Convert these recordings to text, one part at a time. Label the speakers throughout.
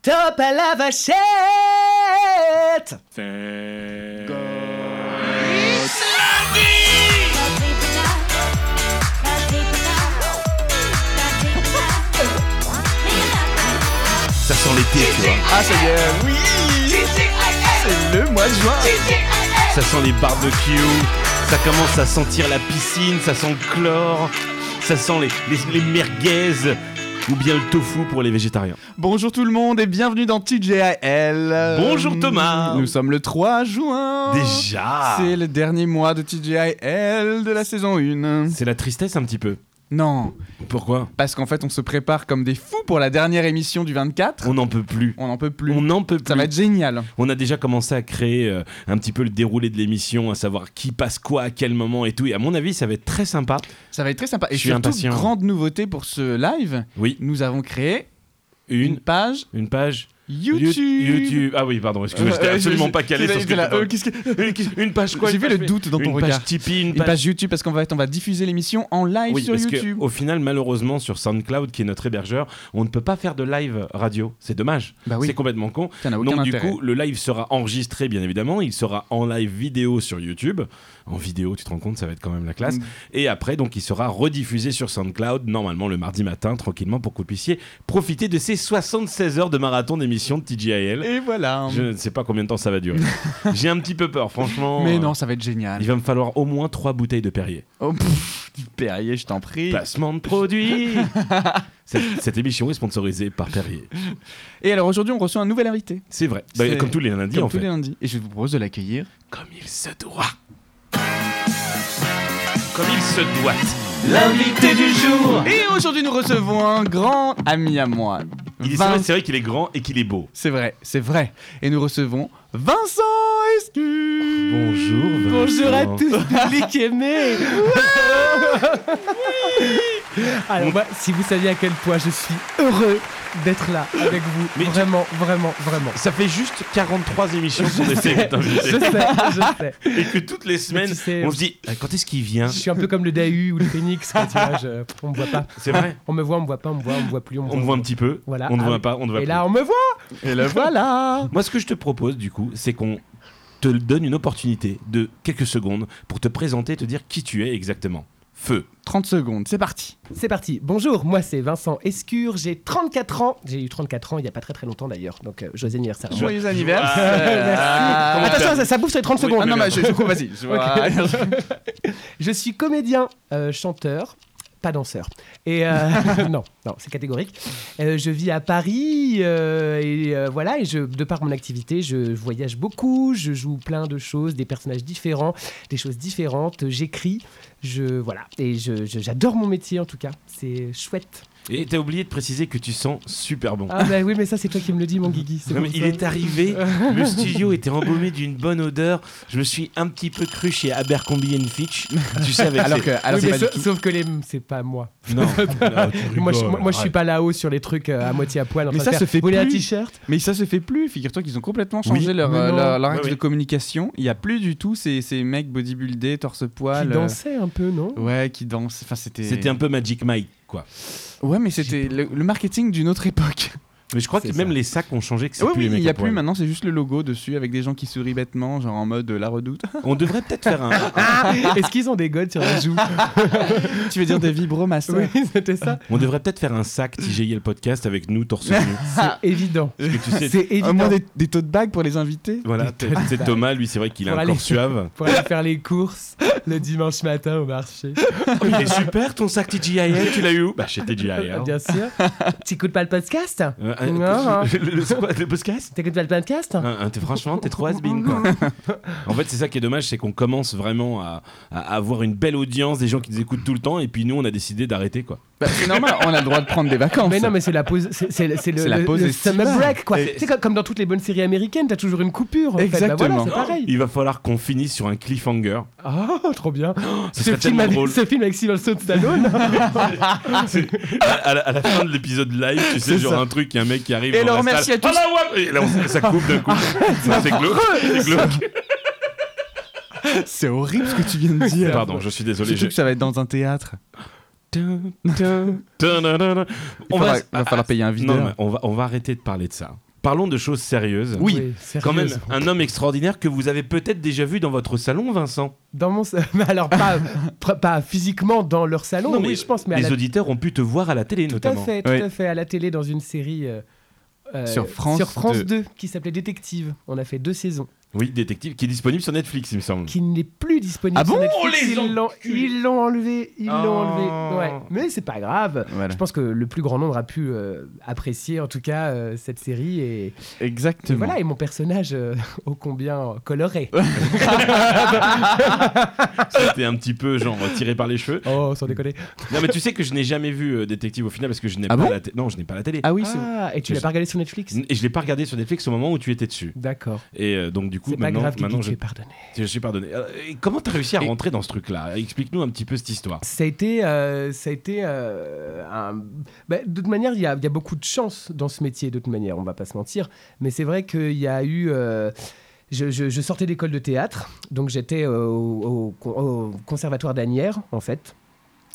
Speaker 1: Top à la vachette!
Speaker 2: Ça sent l'été, tu vois.
Speaker 1: Ah, ça y est, oui! C'est le mois de juin!
Speaker 2: Ça sent les barbecues. Ça commence à sentir la piscine. Ça sent le chlore. Ça sent les, les, les merguez. Ou bien le tofu pour les végétariens.
Speaker 1: Bonjour tout le monde et bienvenue dans TJIL!
Speaker 2: Bonjour Thomas.
Speaker 1: Nous sommes le 3 juin!
Speaker 2: Déjà
Speaker 1: Oh. C'est le dernier mois de TJIL de la saison 1.
Speaker 2: C'est la tristesse un petit peu.
Speaker 1: Non,
Speaker 2: Pourquoi
Speaker 1: parce qu'en fait on se prépare comme des fous pour la dernière émission du 24.
Speaker 2: On n'en peut plus.
Speaker 1: On n'en peut plus.
Speaker 2: On n'en peut plus.
Speaker 1: Ça va être génial.
Speaker 2: On a déjà commencé à créer euh, un petit peu le déroulé de l'émission, à savoir qui passe quoi, à quel moment et tout. Et à mon avis, ça va être très sympa.
Speaker 1: Ça va être très sympa. Et
Speaker 2: Je suis
Speaker 1: surtout,
Speaker 2: impatient.
Speaker 1: grande nouveauté pour ce live,
Speaker 2: Oui,
Speaker 1: nous avons créé une
Speaker 2: une,
Speaker 1: page
Speaker 2: une page.
Speaker 1: YouTube.
Speaker 2: YouTube. Ah oui, pardon, excuse-moi, j'étais
Speaker 1: Euh, euh,
Speaker 2: absolument
Speaker 1: je-
Speaker 2: pas calé
Speaker 1: j'étais
Speaker 2: sur ce que
Speaker 1: là,
Speaker 2: tu
Speaker 1: euh, qu'est-ce que-
Speaker 2: parles. Une page quoi
Speaker 1: J'ai
Speaker 2: une
Speaker 1: vu
Speaker 2: page-
Speaker 1: le doute dans ton
Speaker 2: Une
Speaker 1: regard.
Speaker 2: page Tipeee, une
Speaker 1: Une
Speaker 2: page.
Speaker 1: page YouTube parce qu'on va, être- on va diffuser l'émission en live
Speaker 2: Oui,
Speaker 1: sur
Speaker 2: parce
Speaker 1: YouTube.
Speaker 2: qu'au final, malheureusement, sur SoundCloud, qui est notre hébergeur, on ne peut pas faire de live radio. C'est dommage.
Speaker 1: Bah oui.
Speaker 2: C'est complètement con.
Speaker 1: Ça n'a aucun
Speaker 2: Donc
Speaker 1: intérêt.
Speaker 2: du coup, le live sera enregistré, bien évidemment. Il sera en live vidéo sur YouTube. En vidéo, tu te rends compte, ça va être quand même la classe.
Speaker 1: Mm.
Speaker 2: Et après, donc, il sera rediffusé sur SoundCloud, normalement le mardi matin, tranquillement, pour que vous puissiez profiter de ces 76 heures de marathon d'émission de TGIL.
Speaker 1: Et voilà.
Speaker 2: Je ne sais pas combien de temps ça va durer. J'ai un petit peu peur, franchement.
Speaker 1: Mais
Speaker 2: Euh,
Speaker 1: non, ça va être génial.
Speaker 2: Il va me falloir au moins trois bouteilles de Perrier.
Speaker 1: Oh, pff, Bah. Perrier, je t'en prie.
Speaker 2: Placement de produit cette, cette émission est sponsorisée par Perrier.
Speaker 1: Et alors aujourd'hui, on reçoit un nouvel invité.
Speaker 2: C'est vrai. Bah,
Speaker 1: C'est-
Speaker 2: comme tous les lundis,
Speaker 1: Comme
Speaker 2: en
Speaker 1: tous
Speaker 2: fait.
Speaker 1: les lundis. Et je vous propose de l'accueillir.
Speaker 2: Comme il se doit. Comme il se doit.
Speaker 1: L'invité du jour Et aujourd'hui, nous recevons un grand ami à moi.
Speaker 2: Il est-
Speaker 1: Vin-
Speaker 2: C'est vrai qu'il est grand et qu'il est beau.
Speaker 1: C'est vrai, c'est vrai. Et nous recevons Vincent Escu
Speaker 2: Bonjour,
Speaker 1: Bonjour à
Speaker 2: Vincent.
Speaker 1: tous,
Speaker 3: public aimé Alors moi, si vous saviez à quel point je suis heureux d'être là avec vous,
Speaker 2: Mais tu-
Speaker 3: vraiment, vraiment, vraiment.
Speaker 2: Ça fait juste 43 émissions qu'on essaie de
Speaker 3: Je
Speaker 2: t'inviter.
Speaker 3: sais, je sais.
Speaker 2: hein, Et que toutes les semaines,
Speaker 3: tu sais- euh,
Speaker 2: on se dit Ah, quand est-ce qu'il vient
Speaker 3: Je suis un peu comme le Dahu ou le Phoenix, quoi, tu vois, je- on me voit pas.
Speaker 2: C'est vrai
Speaker 3: On me voit, on me voit pas, on me voit, on me voit plus, on me
Speaker 2: On me
Speaker 3: voit.
Speaker 2: voit un petit peu.
Speaker 3: Voilà.
Speaker 2: On ne
Speaker 3: Ah
Speaker 2: voit
Speaker 3: oui.
Speaker 2: pas. On ne voit
Speaker 3: Et
Speaker 2: plus.
Speaker 3: là, on me voit
Speaker 1: Et le Ben voilà
Speaker 2: Moi, ce que je te propose, du coup, c'est qu'on te donne une opportunité de quelques secondes pour te présenter et te dire qui tu es exactement. Feu.
Speaker 1: 30 secondes, c'est parti
Speaker 3: C'est parti. Bonjour, moi c'est Vincent Escure, j'ai 34 ans. J'ai eu 34 ans il y a pas très très longtemps d'ailleurs, donc euh, joyeux anniversaire.
Speaker 1: Joyeux
Speaker 2: Ah,
Speaker 1: anniversaire
Speaker 2: Comment
Speaker 3: Attention,
Speaker 2: t'as-
Speaker 3: ça, ça bouffe sur les 30
Speaker 2: Oui,
Speaker 3: secondes.
Speaker 1: Ah non, mais je, je coupe, vas-y. je-
Speaker 3: Ok. Je suis comédien, euh, chanteur, pas danseur. Et euh, non, non, c'est catégorique. Euh, je vis à Paris euh, et euh, voilà. Et je, de par mon activité, je voyage beaucoup. Je joue plein de choses, des personnages différents, des choses différentes. J'écris, je voilà. Et je- je- j'adore mon métier en tout cas. C'est chouette.
Speaker 2: Et t'as oublié de préciser que tu sens super bon.
Speaker 3: Ah bah oui, mais ça c'est toi qui me le dis, mon Guigui. c'est
Speaker 2: Non,
Speaker 3: pour
Speaker 2: mais il
Speaker 3: ça.
Speaker 2: est arrivé, le studio était embaumé d'une bonne odeur. Je me suis un petit peu cru chez Abercrombie Fitch. Tu sais, avec
Speaker 1: Alors
Speaker 2: ces-
Speaker 1: que, alors
Speaker 3: Oui,
Speaker 1: Ah, c'est
Speaker 3: mais
Speaker 1: pas
Speaker 3: sa-
Speaker 1: du tout-
Speaker 3: sauf que les c'est pas moi.
Speaker 2: Non, non, tu rigoles. Ah,
Speaker 3: Moi, je, moi, moi, je suis pas là-haut sur les trucs euh, à moitié à poil. en
Speaker 1: Mais
Speaker 3: train
Speaker 1: ça
Speaker 3: de
Speaker 1: se
Speaker 3: faire,
Speaker 1: fait
Speaker 3: Vous voulez un
Speaker 1: plus.
Speaker 3: t-shirt
Speaker 1: Mais ça se fait plus, figure-toi qu'ils ont complètement changé leur,
Speaker 3: mais
Speaker 1: euh,
Speaker 3: non.
Speaker 1: leur, leur axe
Speaker 2: Ouais,
Speaker 1: de
Speaker 2: ouais.
Speaker 1: communication. Il n'y a plus du tout ces, ces mecs bodybuildés, torse
Speaker 3: Qui
Speaker 1: poil. euh,
Speaker 3: dansait un peu, non
Speaker 1: Ouais, qui dansent. Enfin, c'était.
Speaker 2: C'était un peu Magic Mike, quoi.
Speaker 1: Ouais, mais c'était le, le marketing d'une autre époque.
Speaker 2: Mais je crois que
Speaker 3: C'est
Speaker 2: même
Speaker 3: ça.
Speaker 2: les sacs ont changé, que c'est
Speaker 1: Oui,
Speaker 2: plus
Speaker 1: oui,
Speaker 2: les mecs
Speaker 1: il n'y a
Speaker 2: à
Speaker 1: plus
Speaker 2: poil.
Speaker 1: maintenant, c'est juste le logo dessus avec des gens qui sourient bêtement, genre en mode euh, la redoute.
Speaker 2: On devrait peut-être faire un,
Speaker 3: Est-ce qu'ils ont des godes sur les joues
Speaker 1: tu veux dire des vibromasseurs
Speaker 3: Oui, c'était ça.
Speaker 2: on devrait peut-être faire un sac TGI le podcast avec nous torse nu.
Speaker 1: Ah.
Speaker 3: C'est évident.
Speaker 2: Parce que tu sais,
Speaker 3: C'est
Speaker 1: Au
Speaker 3: évident.
Speaker 1: moins des, des tote bags pour les invités.
Speaker 2: voilà, t'as- c'est Thomas, lui, c'est vrai qu'il a
Speaker 3: Pour
Speaker 2: un
Speaker 3: aller-
Speaker 2: corps suave.
Speaker 3: Pour aller faire les courses le dimanche matin au marché.
Speaker 2: Oh, il est super ton sac TGIL, tu l'as eu où Bah chez TGIL.
Speaker 3: Bien sûr. T'écoutes pas le podcast
Speaker 2: Euh, euh,
Speaker 3: Non.
Speaker 2: le, le- le- quoi, le podcast
Speaker 3: T'écoutes pas le podcast
Speaker 2: Hein, hein, t'es- franchement, t'es trop has quoi. En fait, c'est ça qui est dommage, c'est qu'on commence vraiment à, à avoir une belle audience, des gens qui nous écoutent tout le temps, et puis nous, on a décidé d'arrêter, quoi.
Speaker 1: Bah, c'est normal, on a le droit de prendre des vacances.
Speaker 3: Mais non, mais c'est la pause. C'est c'est- c'est le,
Speaker 1: C'est la
Speaker 3: le-
Speaker 1: pause
Speaker 3: le
Speaker 1: estivale.
Speaker 3: summer break, quoi.
Speaker 2: Et-
Speaker 3: Tu sais, comme, comme dans toutes les bonnes séries américaines, t'as toujours une coupure. en fait. Bah voilà,
Speaker 1: Exactement.
Speaker 3: c'est pareil.
Speaker 2: Il va falloir qu'on finisse sur un cliffhanger.
Speaker 3: Ah, trop bien. ce,
Speaker 2: Ça serait
Speaker 3: film
Speaker 2: tellement
Speaker 3: avec,
Speaker 2: drôle.
Speaker 3: ce film avec Sylvester Stallone.
Speaker 2: À, à la, à la fin de l'épisode live, tu sais,
Speaker 1: C'est
Speaker 2: genre
Speaker 1: ça.
Speaker 2: un truc, il y a un mec qui arrive.
Speaker 1: Et
Speaker 2: dans
Speaker 1: alors,
Speaker 2: la
Speaker 1: merci
Speaker 2: salle.
Speaker 1: à tous.
Speaker 2: Ah là, ouais Et là, on- ça coupe d'un coup. Non, c'est glauque. C'est glauque.
Speaker 1: C'est horrible ce que tu viens de dire.
Speaker 2: Pardon, je suis désolé.
Speaker 1: Surtout
Speaker 2: je-
Speaker 1: que ça va être dans un théâtre.
Speaker 2: Tadadada.
Speaker 1: Il
Speaker 2: On
Speaker 1: faudra-
Speaker 2: va.
Speaker 1: va falloir payer un
Speaker 2: Ah, Non, mais
Speaker 1: videur.
Speaker 2: on va, on va arrêter de parler de ça. Parlons de choses sérieuses.
Speaker 1: Oui,
Speaker 2: Quand même,
Speaker 3: sérieuse.
Speaker 2: un homme extraordinaire que vous avez peut-être déjà vu dans votre salon, Vincent.
Speaker 3: Dans mon sa- Mais alors pas, pr- pas physiquement dans leur salon,
Speaker 2: Non,
Speaker 3: oui,
Speaker 2: mais
Speaker 3: je pense, mais à
Speaker 2: Les
Speaker 3: la-
Speaker 2: auditeurs ont pu te voir à la télé,
Speaker 3: tout à
Speaker 2: notamment.
Speaker 3: fait, tout
Speaker 1: Oui.
Speaker 3: à fait, à la télé dans une série euh, euh,
Speaker 1: Sur France 2.
Speaker 3: 2 qui s'appelait Détective. On a fait deux saisons,
Speaker 2: Oui, détective, qui est disponible sur Netflix, il me semble.
Speaker 3: qui n'est plus disponible.
Speaker 1: Ah
Speaker 3: sur
Speaker 1: bon
Speaker 3: Netflix.
Speaker 1: Oh, les
Speaker 3: ils l'ont,
Speaker 2: enculés.
Speaker 3: ils l'ont enlevé, ils l'ont
Speaker 2: Oh.
Speaker 3: enlevé. Ouais. Mais c'est pas grave.
Speaker 1: Voilà.
Speaker 3: Je pense que le plus grand nombre a pu euh, apprécier en tout cas euh, cette série et, et
Speaker 1: Exactement.
Speaker 3: voilà et mon personnage euh, ô combien coloré.
Speaker 2: C'était un petit peu genre tiré par les cheveux.
Speaker 3: Oh sans déconner.
Speaker 2: Non, mais tu sais que je n'ai jamais vu euh, détective au final parce que je n'ai
Speaker 1: Ah
Speaker 2: pas
Speaker 1: bon
Speaker 2: la télé. Non, je n'ai pas la télé.
Speaker 1: Ah oui, c'est
Speaker 3: Ah, et tu l'as pas regardé sur Netflix
Speaker 2: Et je l'ai pas regardé sur Netflix au moment où tu étais dessus.
Speaker 3: D'accord.
Speaker 2: Et euh, donc du coup,
Speaker 3: C'est pas
Speaker 2: maintenant,
Speaker 3: grave, Guigui,
Speaker 2: maintenant
Speaker 3: tu
Speaker 2: je,
Speaker 3: es pardonné.
Speaker 2: je suis pardonné. Euh, et comment t'as réussi à
Speaker 1: Et-
Speaker 2: rentrer dans ce truc-là Explique-nous un petit peu cette histoire.
Speaker 3: Ça a été, euh, ça a été euh, un- bah, de toute manière, il y, a il y a beaucoup de chance dans ce métier, de toute manière, on va pas se mentir. Mais c'est vrai qu'il y a eu... euh, je, je- je sortais d'école de théâtre, donc j'étais euh, au, au- au conservatoire d'Anières, en fait.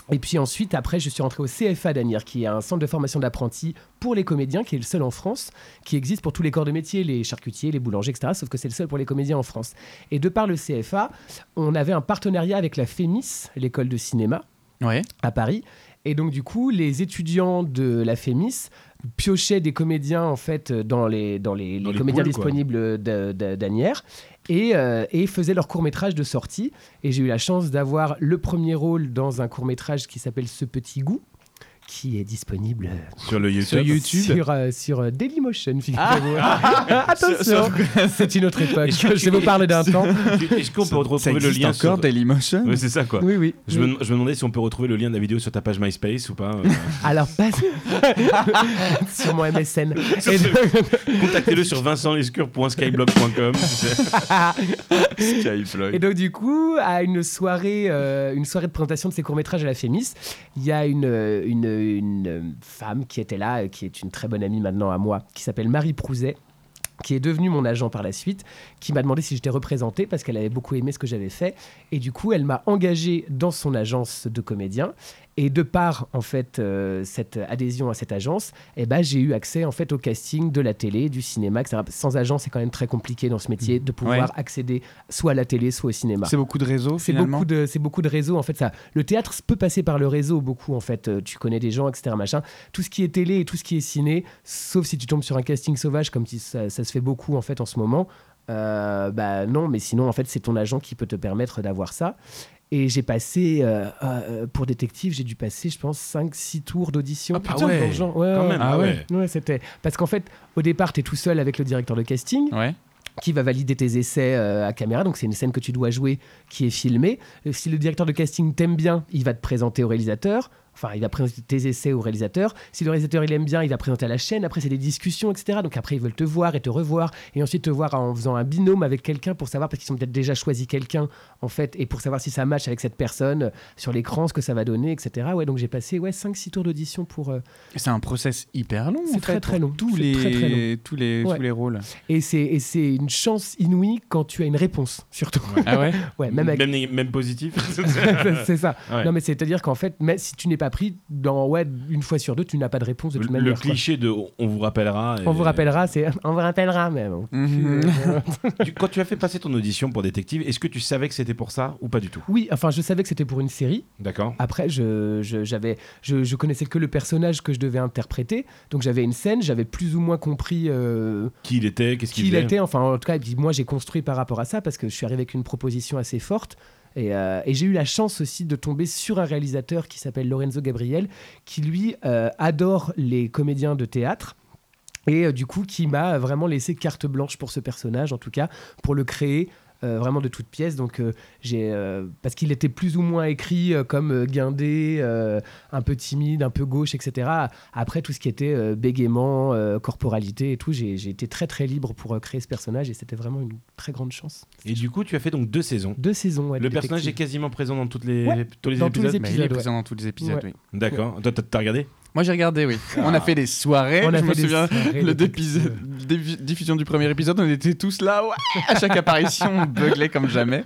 Speaker 3: Et puis ensuite, après, je suis rentré au CFA d'Anières, qui est un centre de formation d'apprentis pour les comédiens, qui est le seul en France, qui existe pour tous les corps de métier, les charcutiers, les boulangers, etc. Sauf que c'est le seul pour les comédiens en France. Et de par le CFA, on avait un partenariat avec la FEMIS, l'école de cinéma,
Speaker 1: Ouais.
Speaker 3: à Paris. Et donc, du coup, les étudiants de la FEMIS piochaient des comédiens, en fait, dans les, dans les,
Speaker 2: Dans
Speaker 3: les
Speaker 2: les
Speaker 3: comédiens
Speaker 2: poules, quoi.
Speaker 3: disponibles de- de- d'Anières et, euh, et faisaient leur court-métrage de sortie. Et j'ai eu la chance d'avoir le premier rôle dans un court-métrage qui s'appelle Ce Petit Goût, qui est disponible euh,
Speaker 2: Sur le YouTube.
Speaker 1: Sur YouTube.
Speaker 3: sur, euh, sur euh, Dailymotion, figurez-vous. Attention,
Speaker 1: Sur-
Speaker 3: c'est une autre époque.
Speaker 2: Est-ce que-
Speaker 3: Je vais vous parler d'un
Speaker 2: Est-ce-
Speaker 3: temps.
Speaker 2: Est-ce qu'on peut
Speaker 1: Ça
Speaker 2: retrouver le
Speaker 1: existe
Speaker 2: lien
Speaker 1: encore
Speaker 2: sur...
Speaker 1: Dailymotion
Speaker 2: Ouais, c'est ça quoi.
Speaker 3: Oui, oui.
Speaker 2: Je, me, je me demandais si on peut retrouver le lien de la vidéo sur ta page MySpace ou pas. euh.
Speaker 3: Alors, pas... sur mon MSN.
Speaker 2: Sur
Speaker 3: Et
Speaker 2: ce-
Speaker 3: donc-
Speaker 2: Contactez-le sur vincentlescure.skyblog.com. tu sais.
Speaker 3: Et donc du coup, à une soirée, euh, une soirée de présentation de ses courts-métrages à la Fémis, il y a une, euh, une, une, euh, femme qui était là, euh, qui est une très bonne amie maintenant à moi, qui s'appelle Marie Prouzet qui est devenue mon agent par la suite, qui m'a demandé si j'étais représenté parce qu'elle avait beaucoup aimé ce que j'avais fait. Et du coup, elle m'a engagé dans son agence de comédien. Et de par, en fait, euh, cette adhésion à cette agence, eh ben, j'ai eu accès, en fait, au casting de la télé, du cinéma, etc. Sans agent, c'est quand même très compliqué dans ce métier de pouvoir
Speaker 1: Ouais.
Speaker 3: accéder soit à la télé, soit au cinéma.
Speaker 1: C'est beaucoup de réseaux
Speaker 3: C'est
Speaker 1: finalement.
Speaker 3: beaucoup de c'est beaucoup de réseaux en fait ça. Le théâtre peut passer par le réseau beaucoup en fait. Euh, tu connais des gens etc machin. Tout ce qui est télé et tout ce qui est ciné, sauf si tu tombes sur un casting sauvage comme si ça, ça se fait beaucoup en fait en ce moment. euh, bah non, mais sinon en fait c'est ton agent qui peut te permettre d'avoir ça. Et j'ai passé euh, euh, pour détective, j'ai dû passer je pense 5 6 tours d'audition.
Speaker 2: Ah, putain, ouais,
Speaker 3: dans le genre. Ouais,
Speaker 2: quand
Speaker 3: ouais,
Speaker 2: même,
Speaker 3: ouais.
Speaker 2: ah ouais.
Speaker 3: ouais. Ouais, c'était parce qu'en fait au départ tu es tout seul avec le directeur de casting
Speaker 1: Ouais.
Speaker 3: qui va valider tes essais euh, à caméra. Donc c'est une scène que tu dois jouer qui est filmée. Euh, Si le directeur de casting t'aime bien, il va te présenter au réalisateur. Enfin, il va présenter tes essais au réalisateur. Si le réalisateur il aime bien, il va présenter à la chaîne. Après, c'est des discussions, etc. Donc après, ils veulent te voir et te revoir, et ensuite te voir en faisant un binôme avec quelqu'un pour savoir parce qu'ils ont peut-être déjà choisi quelqu'un en fait, et pour savoir si ça match avec cette personne euh, sur l'écran, ce que ça va donner, etc. Ouais, donc j'ai passé ouais 5-6 tours d'audition pour euh,
Speaker 1: C'est un process hyper long.
Speaker 3: C'est
Speaker 1: en fait,
Speaker 3: très, très
Speaker 1: pour
Speaker 3: long.
Speaker 1: Tous
Speaker 3: C'est
Speaker 1: les,
Speaker 3: très, très long.
Speaker 1: tous les,
Speaker 3: Ouais.
Speaker 1: tous les rôles.
Speaker 3: et c'est et c'est une chance inouïe quand tu as une réponse surtout.
Speaker 1: Ah ouais.
Speaker 3: Ouais, même avec
Speaker 2: Même, même positif.
Speaker 3: c'est ça.
Speaker 2: Ouais.
Speaker 3: Non, mais c'est-à-dire qu'en fait, mais si tu n'es pas pris, dans, ouais, une fois sur deux, tu n'as pas de réponse de
Speaker 2: Le,
Speaker 3: toute
Speaker 2: le
Speaker 3: manière. quoi.
Speaker 2: cliché de on- on vous rappellera. et-
Speaker 3: On vous rappellera, c'est on vous rappellera même.
Speaker 1: Mhm.
Speaker 2: Tu- quand tu as fait passer ton audition pour détective, est-ce que tu savais que c'était pour ça ou pas du tout
Speaker 3: Oui, enfin, je savais que c'était pour une série.
Speaker 2: D'accord.
Speaker 3: Après, je, je, j'avais, je, je connaissais que le personnage que je devais interpréter. Donc, j'avais une scène, j'avais plus ou moins compris euh,
Speaker 2: Qui il était Qu'est-ce qu'il
Speaker 3: qui il
Speaker 2: faisait hein
Speaker 3: était. Enfin, en tout cas, et puis moi, j'ai construit par rapport à ça parce que je suis arrivé avec une proposition assez forte. Et, euh, et j'ai eu la chance aussi de tomber sur un réalisateur qui s'appelle Lorenzo Gabriel, qui lui euh, adore les comédiens de théâtre. Et euh, du coup, qui m'a vraiment laissé carte blanche pour ce personnage, en tout cas, pour le créer euh, vraiment de toutes pièces. Donc, euh, j'ai euh, parce qu'il était plus ou moins écrit euh, comme euh, guindé, euh, un peu timide, un peu gauche, etc. Après tout ce qui était euh, bégaiement, euh, corporalité et tout, j'ai j'ai été très très libre pour euh, créer ce personnage et c'était vraiment une très grande chance.
Speaker 2: Et du coup, tu as fait donc deux saisons.
Speaker 3: Deux saisons. ouais, de
Speaker 2: le personnage est
Speaker 3: détective.
Speaker 2: quasiment présent dans toutes les,
Speaker 3: Ouais,
Speaker 2: tous les
Speaker 3: dans tous
Speaker 2: épisodes.
Speaker 3: les
Speaker 1: Bah, il est
Speaker 3: Épisode, ouais.
Speaker 1: présent dans tous les épisodes. oui.
Speaker 2: D'accord. Toi, t'as t'as regardé
Speaker 1: Moi j'ai regardé, oui. On a fait des soirées.
Speaker 3: On a
Speaker 1: je me
Speaker 3: fait des euh.
Speaker 1: souviens,
Speaker 3: soirées
Speaker 1: le
Speaker 3: de
Speaker 1: dépisode- dévi- diffusion du premier épisode, on était tous là. ouais, à chaque apparition, on beuglait comme jamais.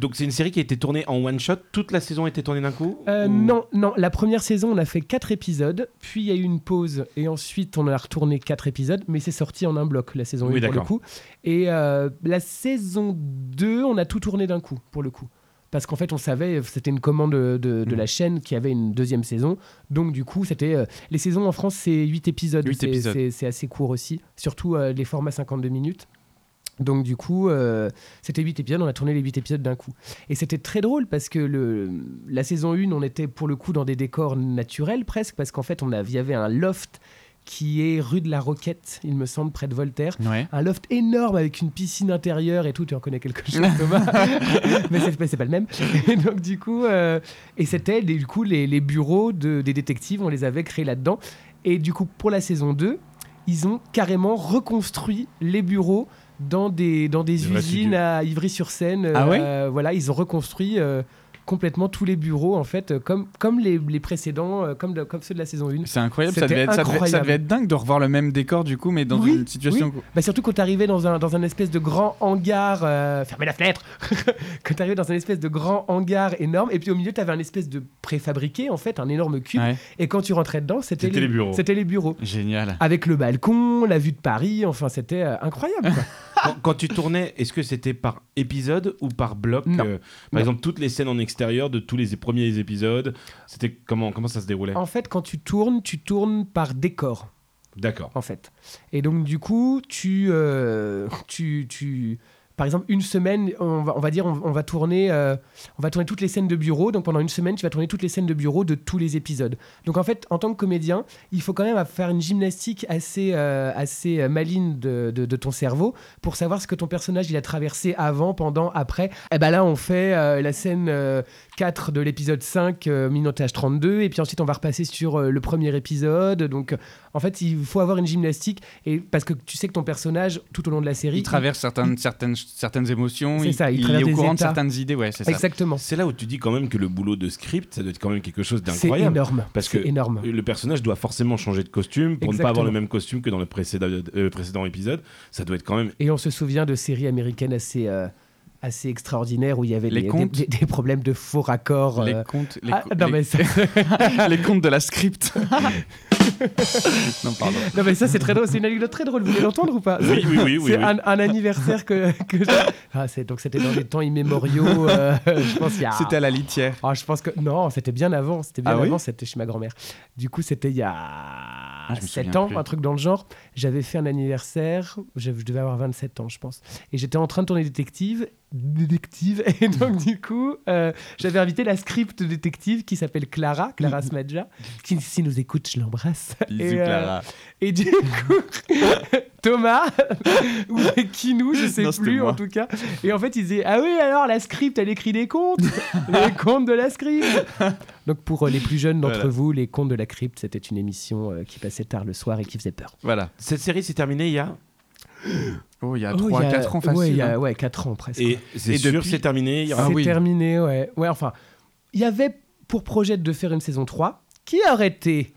Speaker 2: Donc c'est une série qui a été tournée en one shot. Toute la saison a été tournée d'un coup
Speaker 3: Euh,
Speaker 2: Ou-
Speaker 1: Oh.
Speaker 3: Non, non. La première saison, on a fait quatre épisodes, puis il y a eu une pause, et ensuite on a retourné quatre épisodes, mais c'est sorti en un bloc la saison
Speaker 2: Oui,
Speaker 3: 1 pour le
Speaker 2: d'accord.
Speaker 3: coup. Et euh, la saison 2, on a tout tourné d'un coup pour le coup. Parce qu'en fait, on savait, c'était une commande de, de
Speaker 2: Mhm.
Speaker 3: la chaîne qui avait une deuxième saison. Donc, du coup, c'était. euh, les saisons en France, c'est 8 épisodes.
Speaker 2: Huit
Speaker 3: c'est-
Speaker 2: épisodes.
Speaker 3: c'est- C'est assez court aussi. Surtout euh, les formats 52 minutes. Donc, du coup, euh, c'était 8 épisodes. On a tourné les 8 épisodes d'un coup. Et c'était très drôle parce que le, la saison 1, on était pour le coup dans des décors naturels presque. Parce qu'en fait, on avait- il y avait un loft qui est rue de la Roquette, il me semble, près de Voltaire
Speaker 1: Ouais.
Speaker 3: un loft énorme avec une piscine intérieure et tout. Tu en connais quelque chose, Thomas Mais c'est pas, c'est pas le même. Et donc, du coup, euh, et c'était du coup les, les bureaux de- des détectives, on les avait créés là-dedans. Et du coup, pour la saison 2, ils ont carrément reconstruit les bureaux dans des, dans des
Speaker 2: Des vrais
Speaker 3: usines
Speaker 2: studios.
Speaker 3: à Ivry-sur-Seine.
Speaker 1: Ah ouais
Speaker 3: Euh, Voilà, ils ont reconstruit. euh, complètement tous les bureaux en fait euh, comme, comme les, les précédents euh, comme, de- comme ceux de la saison 1
Speaker 1: C'est incroyable, ça
Speaker 3: C'était
Speaker 1: devait, être, ça devait- ça
Speaker 3: incroyable.
Speaker 1: devait être dingue de revoir le même décor du coup, mais dans
Speaker 3: Oui,
Speaker 1: une situation.
Speaker 3: Bah surtout quand t'arrivais dans un, dans un espèce de grand hangar, euh, fermez la fenêtre Quand t'arrivais dans un espèce de grand hangar énorme, et puis au milieu t'avais un espèce de préfabriqué, en fait, un énorme cube,
Speaker 1: Ouais.
Speaker 3: et quand tu rentrais dedans, c'était
Speaker 2: C'était les bureaux.
Speaker 3: C'était les bureaux.
Speaker 1: Génial.
Speaker 3: Avec le balcon, la vue de Paris, enfin c'était euh, incroyable. quoi.
Speaker 2: quand, quand tu tournais, est-ce que c'était par épisode ou par bloc
Speaker 3: Non.
Speaker 2: euh, Par
Speaker 3: Non.
Speaker 2: exemple, toutes les scènes en extérieur de tous les premiers épisodes, c'était comment, comment ça se déroulait
Speaker 3: en fait, quand tu tournes, tu tournes par décor.
Speaker 2: D'accord.
Speaker 3: en fait. Et donc du coup, tu, euh, tu, tu, par exemple, une semaine, on va, on va dire, on, on va tourner, euh, on va tourner toutes les scènes de bureau. Donc pendant une semaine, tu vas tourner toutes les scènes de bureau de tous les épisodes. Donc en fait, en tant que comédien, il faut quand même faire une gymnastique assez, euh, assez euh, maligne de, de- de ton cerveau pour savoir ce que ton personnage il a traversé avant, pendant, après. Et ben là, on fait euh, la scène euh, 4 de l'épisode 5, euh, Minotage 32, et puis ensuite on va repasser sur euh, le premier épisode. Donc euh, en fait, il faut avoir une gymnastique, et parce que tu sais que ton personnage, tout au long de la série,
Speaker 1: Il traverse certaines, certaines, certaines émotions,
Speaker 3: C'est
Speaker 1: il,
Speaker 3: ça, il
Speaker 1: il
Speaker 3: traverse
Speaker 1: est au
Speaker 3: des
Speaker 1: courant de
Speaker 3: états.
Speaker 1: certaines idées, ouais, c'est ça.
Speaker 3: exactement,
Speaker 2: C'est là où tu dis quand même que le boulot de script, ça doit être quand même quelque chose
Speaker 3: c'est
Speaker 2: d'incroyable.
Speaker 3: énorme.
Speaker 2: Parce que
Speaker 3: C'est énorme.
Speaker 2: le personnage doit forcément changer de costume pour ne pas avoir
Speaker 3: Exactement.
Speaker 2: le même costume que dans le précédent, euh, précédent épisode. Ça doit être quand même.
Speaker 3: Et on se souvient de séries américaines assez, euh, assez extraordinaires où il y avait
Speaker 1: Les
Speaker 3: des,
Speaker 1: contes.
Speaker 3: des- des- des problèmes de faux raccords.
Speaker 1: Les
Speaker 3: euh,
Speaker 1: comptes, les,
Speaker 3: ah,
Speaker 1: co-
Speaker 3: non,
Speaker 1: les-
Speaker 3: mais ça,
Speaker 1: les comptes de la script. non, pardon.
Speaker 3: non, mais ça, c'est très drôle, c'est une anecdote très drôle. Vous voulez l'entendre ou pas
Speaker 2: Oui, oui, oui, oui.
Speaker 3: C'est
Speaker 2: oui.
Speaker 3: un, un anniversaire que, que je- Ah, c'est- donc c'était dans des temps immémoriaux. euh, je pense il y a.
Speaker 1: C'était à la litière.
Speaker 3: Ah, je pense que non, c'était bien avant, c'était bien
Speaker 1: Ah oui Ah,
Speaker 3: avant, c'était chez ma grand-mère. Du coup, c'était il y a
Speaker 1: je me
Speaker 3: 7
Speaker 1: souviens
Speaker 3: ans,
Speaker 1: plus.
Speaker 3: un truc dans le genre. J'avais fait un anniversaire, je, je devais avoir 27 ans, je pense. Et j'étais en train de tourner détective, détective, et donc du coup, euh, j'avais invité la script détective qui s'appelle Clara, Clara Smadja, qui si nous écoute, je l'embrasse.
Speaker 1: Mm. Bisous,
Speaker 3: Et, euh,
Speaker 1: Clara.
Speaker 3: et du coup, Thomas, ou Kinou, je sais
Speaker 1: Non, c'était
Speaker 3: plus
Speaker 1: moi.
Speaker 3: en tout cas. Et en fait, il disait Ah oui, alors la script, elle écrit des contes Les contes de la script Donc pour euh, les plus jeunes d'entre
Speaker 1: Voilà.
Speaker 3: vous, Les contes de la crypte, c'était une émission euh, qui passait tard le soir et qui faisait peur.
Speaker 1: Voilà.
Speaker 2: Cette série s'est terminée il y a.
Speaker 1: Oh, il y a
Speaker 3: Oh,
Speaker 1: 3
Speaker 3: il y a-
Speaker 1: 4 ans facile.
Speaker 3: Ouais, il y a-
Speaker 1: hein.
Speaker 3: ouais 4 ans presque.
Speaker 2: Et c'est
Speaker 1: Et
Speaker 2: sûr,
Speaker 1: depuis-
Speaker 2: c'est terminé. il y
Speaker 3: C'est
Speaker 2: aura-
Speaker 1: oui.
Speaker 3: terminé, ouais. Ouais, enfin, il y avait pour projet de faire une saison 3 qui aurait été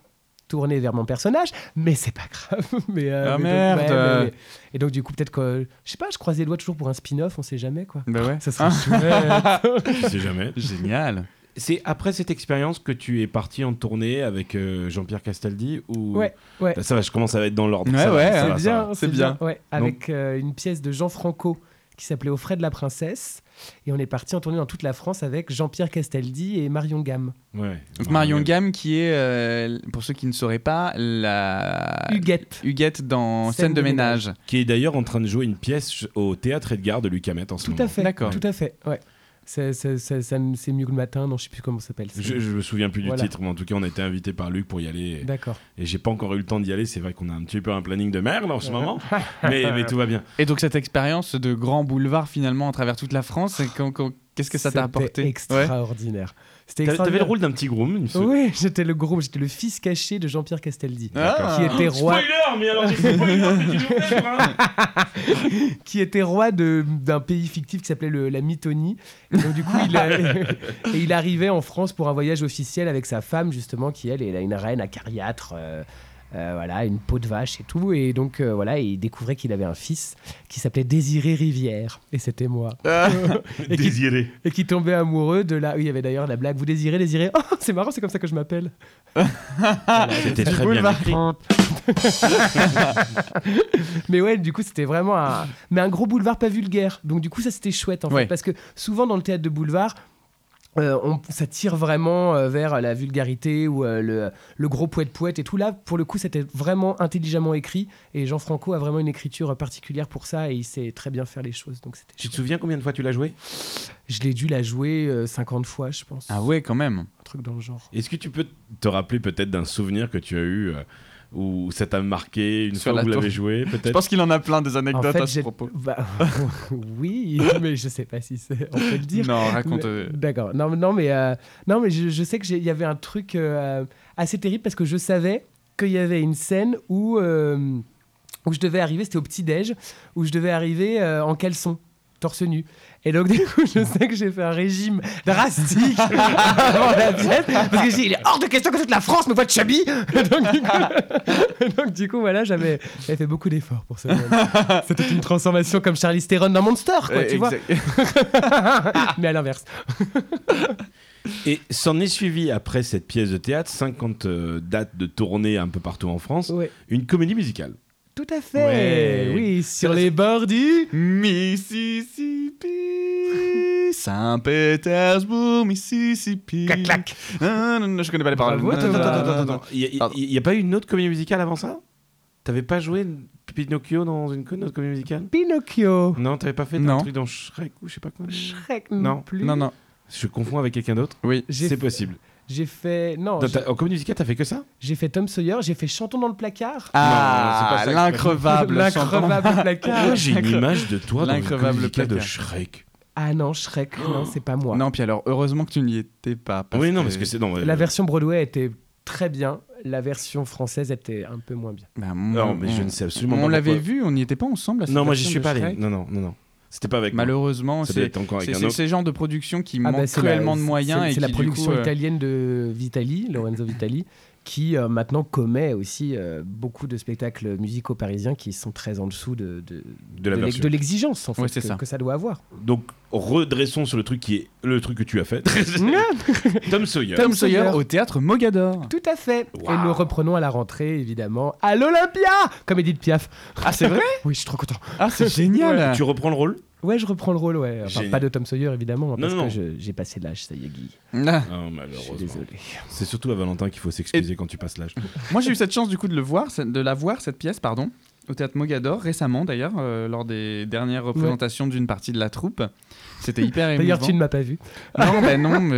Speaker 3: tournée vers mon personnage, mais c'est pas grave. Mais, euh,
Speaker 1: Ah,
Speaker 3: mais donc,
Speaker 1: merde.
Speaker 3: ouais, mais- Et donc, du coup, peut-être que. Je sais pas, je croise les doigts toujours pour un spin-off, on sait jamais, quoi. Ah.
Speaker 1: Bah ouais.
Speaker 3: Ça serait chouette.
Speaker 2: Je sais jamais.
Speaker 1: Génial.
Speaker 2: C'est après cette expérience que tu es parti en tournée avec euh, Jean-Pierre Castaldi ou hein.
Speaker 3: Ouais, ouais.
Speaker 2: Là, ça va, je commence à être dans l'ordre.
Speaker 1: Ouais,
Speaker 2: ça va, ça
Speaker 1: ouais,
Speaker 2: va,
Speaker 1: c'est
Speaker 3: C'est
Speaker 2: ça va.
Speaker 3: bien,
Speaker 1: c'est
Speaker 3: c'est
Speaker 1: bien.
Speaker 3: bien. Ouais, avec euh, une pièce de Jean Franco qui s'appelait Au frais de la princesse. Et on est parti en tournée dans toute la France avec Jean-Pierre Castaldi et Marion Gamme.
Speaker 2: Ouais.
Speaker 1: Donc Marion Gamme qui est, euh, pour ceux qui ne sauraient pas, la
Speaker 3: Huguette.
Speaker 1: Huguette dans Scène,
Speaker 3: Scène
Speaker 1: de
Speaker 3: de
Speaker 1: ménage.
Speaker 2: qui est d'ailleurs en train de jouer une pièce au théâtre Edgar de Lucas Met en ce
Speaker 3: Tout
Speaker 2: moment.
Speaker 3: à fait.
Speaker 1: D'accord.
Speaker 3: Tout à fait, ouais. C'est c'est- c'est- ça me- c'est mieux que le matin, non, je sais plus comment ça s'appelle. c'est-
Speaker 2: Je, je me souviens plus du
Speaker 3: Voilà.
Speaker 2: titre, mais en tout cas, on a été invité par Luc pour y aller.
Speaker 3: D'accord.
Speaker 2: Et, et j'ai pas encore eu le temps d'y aller. C'est vrai qu'on a un petit peu un planning de merde en ce moment, mais, mais tout va bien.
Speaker 1: Et donc cette expérience de grand boulevard finalement à travers toute la France, et quand- quand- Qu'est-ce que ça t'a apporté
Speaker 3: C'était extraordinaire. C'était
Speaker 2: T'avais t'avais
Speaker 3: extraordinaire.
Speaker 2: le rôle d'un petit groom, il me semble.
Speaker 3: Oui, j'étais le groupe, j'étais le fils caché de Jean-Pierre Castaldi,
Speaker 1: Ah.
Speaker 3: qui était roi,
Speaker 2: mais alors des spoilers, c'est une nouvelle, hein.
Speaker 3: qui était roi de- d'un pays fictif qui s'appelait le- la Mythonie. Et donc du coup, il, a- et il arrivait en France pour un voyage officiel avec sa femme justement, qui elle, elle a une reine à cariâtre. euh, euh, voilà, une peau de vache et tout. Et donc, euh, voilà, il découvrait qu'il avait un fils qui s'appelait Désiré Rivière. Et c'était moi.
Speaker 1: Ah.
Speaker 3: Et qui
Speaker 2: Désiré.
Speaker 3: et qui tombait amoureux de la. Oui, il y avait d'ailleurs la blague. Vous désirez, désirez. Oh, c'est marrant, c'est comme ça que je m'appelle.
Speaker 2: C'était
Speaker 1: Du
Speaker 2: très bien
Speaker 1: boulevard.
Speaker 2: écrit.
Speaker 3: Mais ouais, du coup, c'était vraiment un. Mais un gros boulevard pas vulgaire. Donc, du coup, ça, c'était chouette, en
Speaker 1: Ouais.
Speaker 3: fait. Parce que souvent, dans le théâtre de boulevard. euh, on- ça tire vraiment euh, vers la vulgarité ou euh, le, le gros poète-poète et tout. Là, pour le coup, c'était vraiment intelligemment écrit. Et Jean Franco a vraiment une écriture particulière pour ça et il sait très bien faire les choses. Donc, c'était
Speaker 2: Tu te
Speaker 3: chouette.
Speaker 2: souviens combien de fois tu l'as joué
Speaker 3: Je l'ai dû la jouer euh, 50 fois, je pense.
Speaker 1: Ah ouais, quand même.
Speaker 3: Un truc dans le genre.
Speaker 2: Est-ce que tu peux te rappeler peut-être d'un souvenir que tu as eu euh, où ça t'a marqué une
Speaker 1: Sur
Speaker 2: fois
Speaker 1: la
Speaker 2: que vous l'avez
Speaker 1: tour.
Speaker 2: joué
Speaker 1: Je
Speaker 2: peut-être
Speaker 1: pense qu'il en a plein des anecdotes
Speaker 3: fait,
Speaker 1: à ce
Speaker 3: j'ai-
Speaker 1: propos.
Speaker 3: Bah, oui, mais je sais pas si c'est. On peut le dire.
Speaker 1: Non, raconte.
Speaker 3: Mais-
Speaker 1: euh,
Speaker 3: D'accord. Non, mais- non, mais, euh, non, mais je, je sais qu'il y avait un truc euh, assez terrible parce que je savais qu'il y avait une scène où, euh, où je devais arriver, c'était au petit-déj, où je devais arriver euh, en caleçon, torse nu. Et donc, du coup, je sais que j'ai fait un régime drastique avant la pièce parce que j'ai dit, il est hors de question que toute la France me voit de chabille. donc, du coup, donc, du coup, voilà, j'avais j'avais fait beaucoup d'efforts pour ça. C'était une transformation comme Charlie Theron dans Monster, quoi,
Speaker 1: euh,
Speaker 3: tu vois.
Speaker 1: exact-
Speaker 3: mais à l'inverse.
Speaker 2: Et s'en est suivi après cette pièce de théâtre 50 euh, dates de tournée un peu partout en France,
Speaker 3: Ouais.
Speaker 2: une comédie musicale.
Speaker 3: Tout à fait.
Speaker 1: Ouais.
Speaker 3: Oui, sur les bords du.
Speaker 1: Mississippi, Saint-Pétersbourg, Mississippi.
Speaker 3: Clac clac.
Speaker 1: Ah, non, non, je connais pas les paroles.
Speaker 3: Bravo, Thomas.
Speaker 1: Non, non, non, non, non.
Speaker 2: Il y a- il-
Speaker 1: Pardon.
Speaker 2: il y a, pas eu une autre comédie musicale avant ça T'avais pas joué une- Pinocchio dans une, une autre comédie musicale
Speaker 3: Pinocchio.
Speaker 2: Non, t'avais pas fait un
Speaker 1: Non.
Speaker 2: truc dans Shrek ou je sais pas quoi.
Speaker 3: Shrek
Speaker 2: Non.
Speaker 3: non plus.
Speaker 1: Non, non,
Speaker 2: Je confonds avec quelqu'un d'autre.
Speaker 1: oui.
Speaker 3: J'ai
Speaker 2: C'est possible.
Speaker 3: j'ai fait
Speaker 1: Oh,
Speaker 3: non,
Speaker 2: Dans
Speaker 3: j'ai-
Speaker 2: ta- En comédie musicale, t'as fait que ça
Speaker 3: j'ai fait Tom Sawyer, j'ai fait Chantons dans le placard.
Speaker 1: Ah,
Speaker 2: c'est pas ça.
Speaker 1: l'increvable.
Speaker 3: L'increvable
Speaker 2: Ah,
Speaker 3: placard.
Speaker 2: j'ai une
Speaker 1: L'incre-
Speaker 2: image de toi dans le
Speaker 1: l'increvable
Speaker 2: musicale de
Speaker 1: placard.
Speaker 2: Shrek.
Speaker 3: Ah non, Shrek, non, c'est pas moi.
Speaker 1: Oh. Non, euh, puis alors, heureusement que tu n'y étais pas.
Speaker 2: oui, non, parce que c'est euh, non.
Speaker 3: La version Broadway était très bien, la version française était un peu moins bien.
Speaker 1: Bah,
Speaker 2: Non,
Speaker 1: on-
Speaker 2: mais je ne sais absolument pas.
Speaker 1: On l'avait
Speaker 2: pourquoi.
Speaker 1: vu, on n'y était pas ensemble. à cette
Speaker 2: Non, moi j'y
Speaker 1: version
Speaker 2: suis
Speaker 1: de
Speaker 2: pas allé.
Speaker 1: Shrek.
Speaker 2: Non, non, non, non. C'était pas avec moi.
Speaker 1: Malheureusement,
Speaker 2: Ça devait
Speaker 1: c'est
Speaker 2: être encore avec
Speaker 1: c'est-
Speaker 2: un
Speaker 1: c'est
Speaker 2: autre.
Speaker 1: ces genres de productions qui
Speaker 3: Ah bah,
Speaker 1: manquent
Speaker 3: c'est la-
Speaker 1: cruellement de moyens
Speaker 3: c'est-
Speaker 1: et
Speaker 3: C'est la
Speaker 1: qui, du
Speaker 3: production
Speaker 1: coup, euh,
Speaker 3: italienne de Vitali, Lorenzo Vitali, qui euh, maintenant commet aussi euh, beaucoup de spectacles musicaux parisiens qui sont très en dessous de, de,
Speaker 2: De la
Speaker 3: de l'ex-
Speaker 2: version.
Speaker 3: de l'exigence en fait,
Speaker 1: Ouais, c'est
Speaker 3: que,
Speaker 1: ça.
Speaker 3: que ça doit avoir.
Speaker 2: Donc redressons sur le truc qui est le truc que tu as fait. Tom Sawyer.
Speaker 1: Tom Sawyer
Speaker 3: Sawyer.
Speaker 1: au théâtre Mogador.
Speaker 3: Tout à fait.
Speaker 2: Waouh.
Speaker 3: Et nous reprenons à la rentrée évidemment à l'Olympia, comme Edith Piaf.
Speaker 1: Ah, c'est vrai
Speaker 3: Oui, je suis trop content.
Speaker 1: Ah, c'est génial
Speaker 2: Tu reprends le rôle
Speaker 3: Ouais, je reprends le rôle, ouais. Enfin,
Speaker 2: Génial.
Speaker 3: pas de Tom Sawyer évidemment, hein,
Speaker 2: Non,
Speaker 3: parce
Speaker 2: non, non.
Speaker 3: que je- j'ai passé l'âge, ça y est, Guy.
Speaker 2: Ah,
Speaker 1: Ah.
Speaker 3: Je suis
Speaker 2: malheureusement.
Speaker 3: désolé.
Speaker 2: C'est surtout à Valentin qu'il faut s'excuser quand tu passes l'âge.
Speaker 1: Moi, j'ai eu cette chance du coup de le voir, ce- de la voir cette pièce, pardon, au théâtre Mogador récemment d'ailleurs, euh, lors des dernières représentations d'une partie de la troupe. C'était hyper émouvant.
Speaker 3: D'ailleurs, tu ne m'as pas vu.
Speaker 1: Non, bah non, mais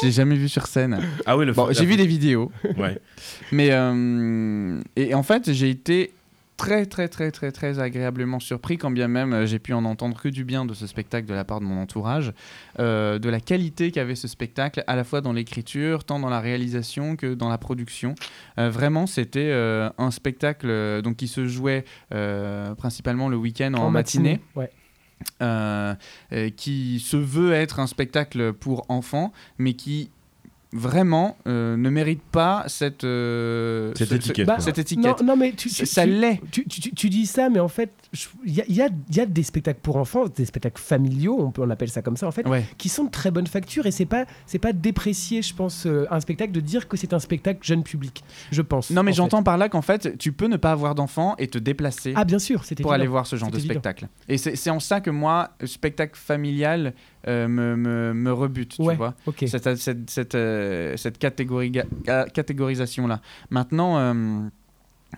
Speaker 1: je l'ai jamais vu sur scène.
Speaker 2: Ah oui, le
Speaker 1: Bon, j'ai vu des vidéos,
Speaker 2: Ouais.
Speaker 1: mais euh, et en fait, j'ai été très très très très très agréablement surpris, quand bien même euh, j'ai pu en entendre que du bien de ce spectacle de la part de mon entourage, euh, de la qualité qu'avait ce spectacle, à la fois dans l'écriture, tant dans la réalisation que dans la production. Euh, vraiment, c'était euh, un spectacle euh, donc qui se jouait euh, principalement le week-end en, matinée
Speaker 3: Ouais.
Speaker 1: euh, euh, qui se veut être un spectacle pour enfants, mais qui vraiment euh, ne mérite pas cette, euh,
Speaker 2: Cette
Speaker 1: ce- ce-
Speaker 2: étiquette,
Speaker 1: bah,
Speaker 2: quoi.
Speaker 1: cette
Speaker 3: Non,
Speaker 1: étiquette.
Speaker 3: non, mais tu, tu-
Speaker 1: ça
Speaker 3: tu-
Speaker 1: l'est.
Speaker 3: Tu, tu- tu- tu dis ça, mais en fait, je- il y a, il y a- il y a des spectacles pour enfants, des spectacles familiaux, on, peut, on appelle ça comme ça en fait,
Speaker 1: Ouais.
Speaker 3: qui sont de très bonne facture et c'est pas c'est pas déprécier, je pense, euh, un spectacle de dire que c'est un spectacle jeune public, je pense.
Speaker 1: Non, mais
Speaker 3: en fait.
Speaker 1: j'entends par là qu'en fait, tu peux ne pas avoir d'enfants et te déplacer
Speaker 3: Ah bien sûr, c'était
Speaker 1: pour aller voir ce genre
Speaker 3: C'est
Speaker 1: de
Speaker 3: évident.
Speaker 1: spectacle. Et c'est c'est en ça que moi, spectacle familial euh, me, me, me rebute,
Speaker 3: Ouais.
Speaker 1: tu vois.
Speaker 3: Ok.
Speaker 1: Cette, cette, cette, euh, cette catégorie- ga- catégorisation-là. Maintenant, euh,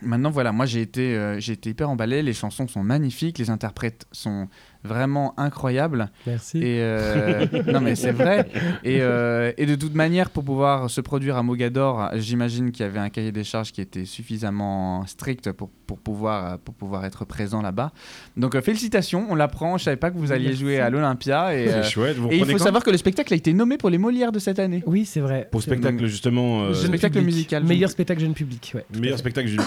Speaker 1: Maintenant, voilà, moi j'ai été, euh, j'ai été hyper emballé. Les chansons sont magnifiques, les interprètes sont vraiment incroyables.
Speaker 3: Hmm.
Speaker 4: Merci.
Speaker 1: Et euh, non, mais c'est vrai. Et, euh, et de toute manière, pour pouvoir se produire à Mogador, j'imagine qu'il y avait un cahier des charges qui était suffisamment strict pour, pour, pouvoir, pour pouvoir être présent là-bas. Donc, euh, félicitations, on l'apprend. Je savais pas que vous alliez jouer à l'Olympia. Et, euh,
Speaker 2: C'est chouette. Vous
Speaker 1: et il
Speaker 2: reprenez
Speaker 1: faut
Speaker 2: quand
Speaker 1: savoir que le spectacle a été nommé pour les Molières de cette année.
Speaker 3: Oui, c'est vrai.
Speaker 2: Pour spectacle, justement. euh,
Speaker 1: Je- spectacle
Speaker 3: public.
Speaker 1: musical,
Speaker 3: Meilleur
Speaker 1: je-
Speaker 3: spectacle jeune public, ouais.
Speaker 2: Meilleur spectacle. du-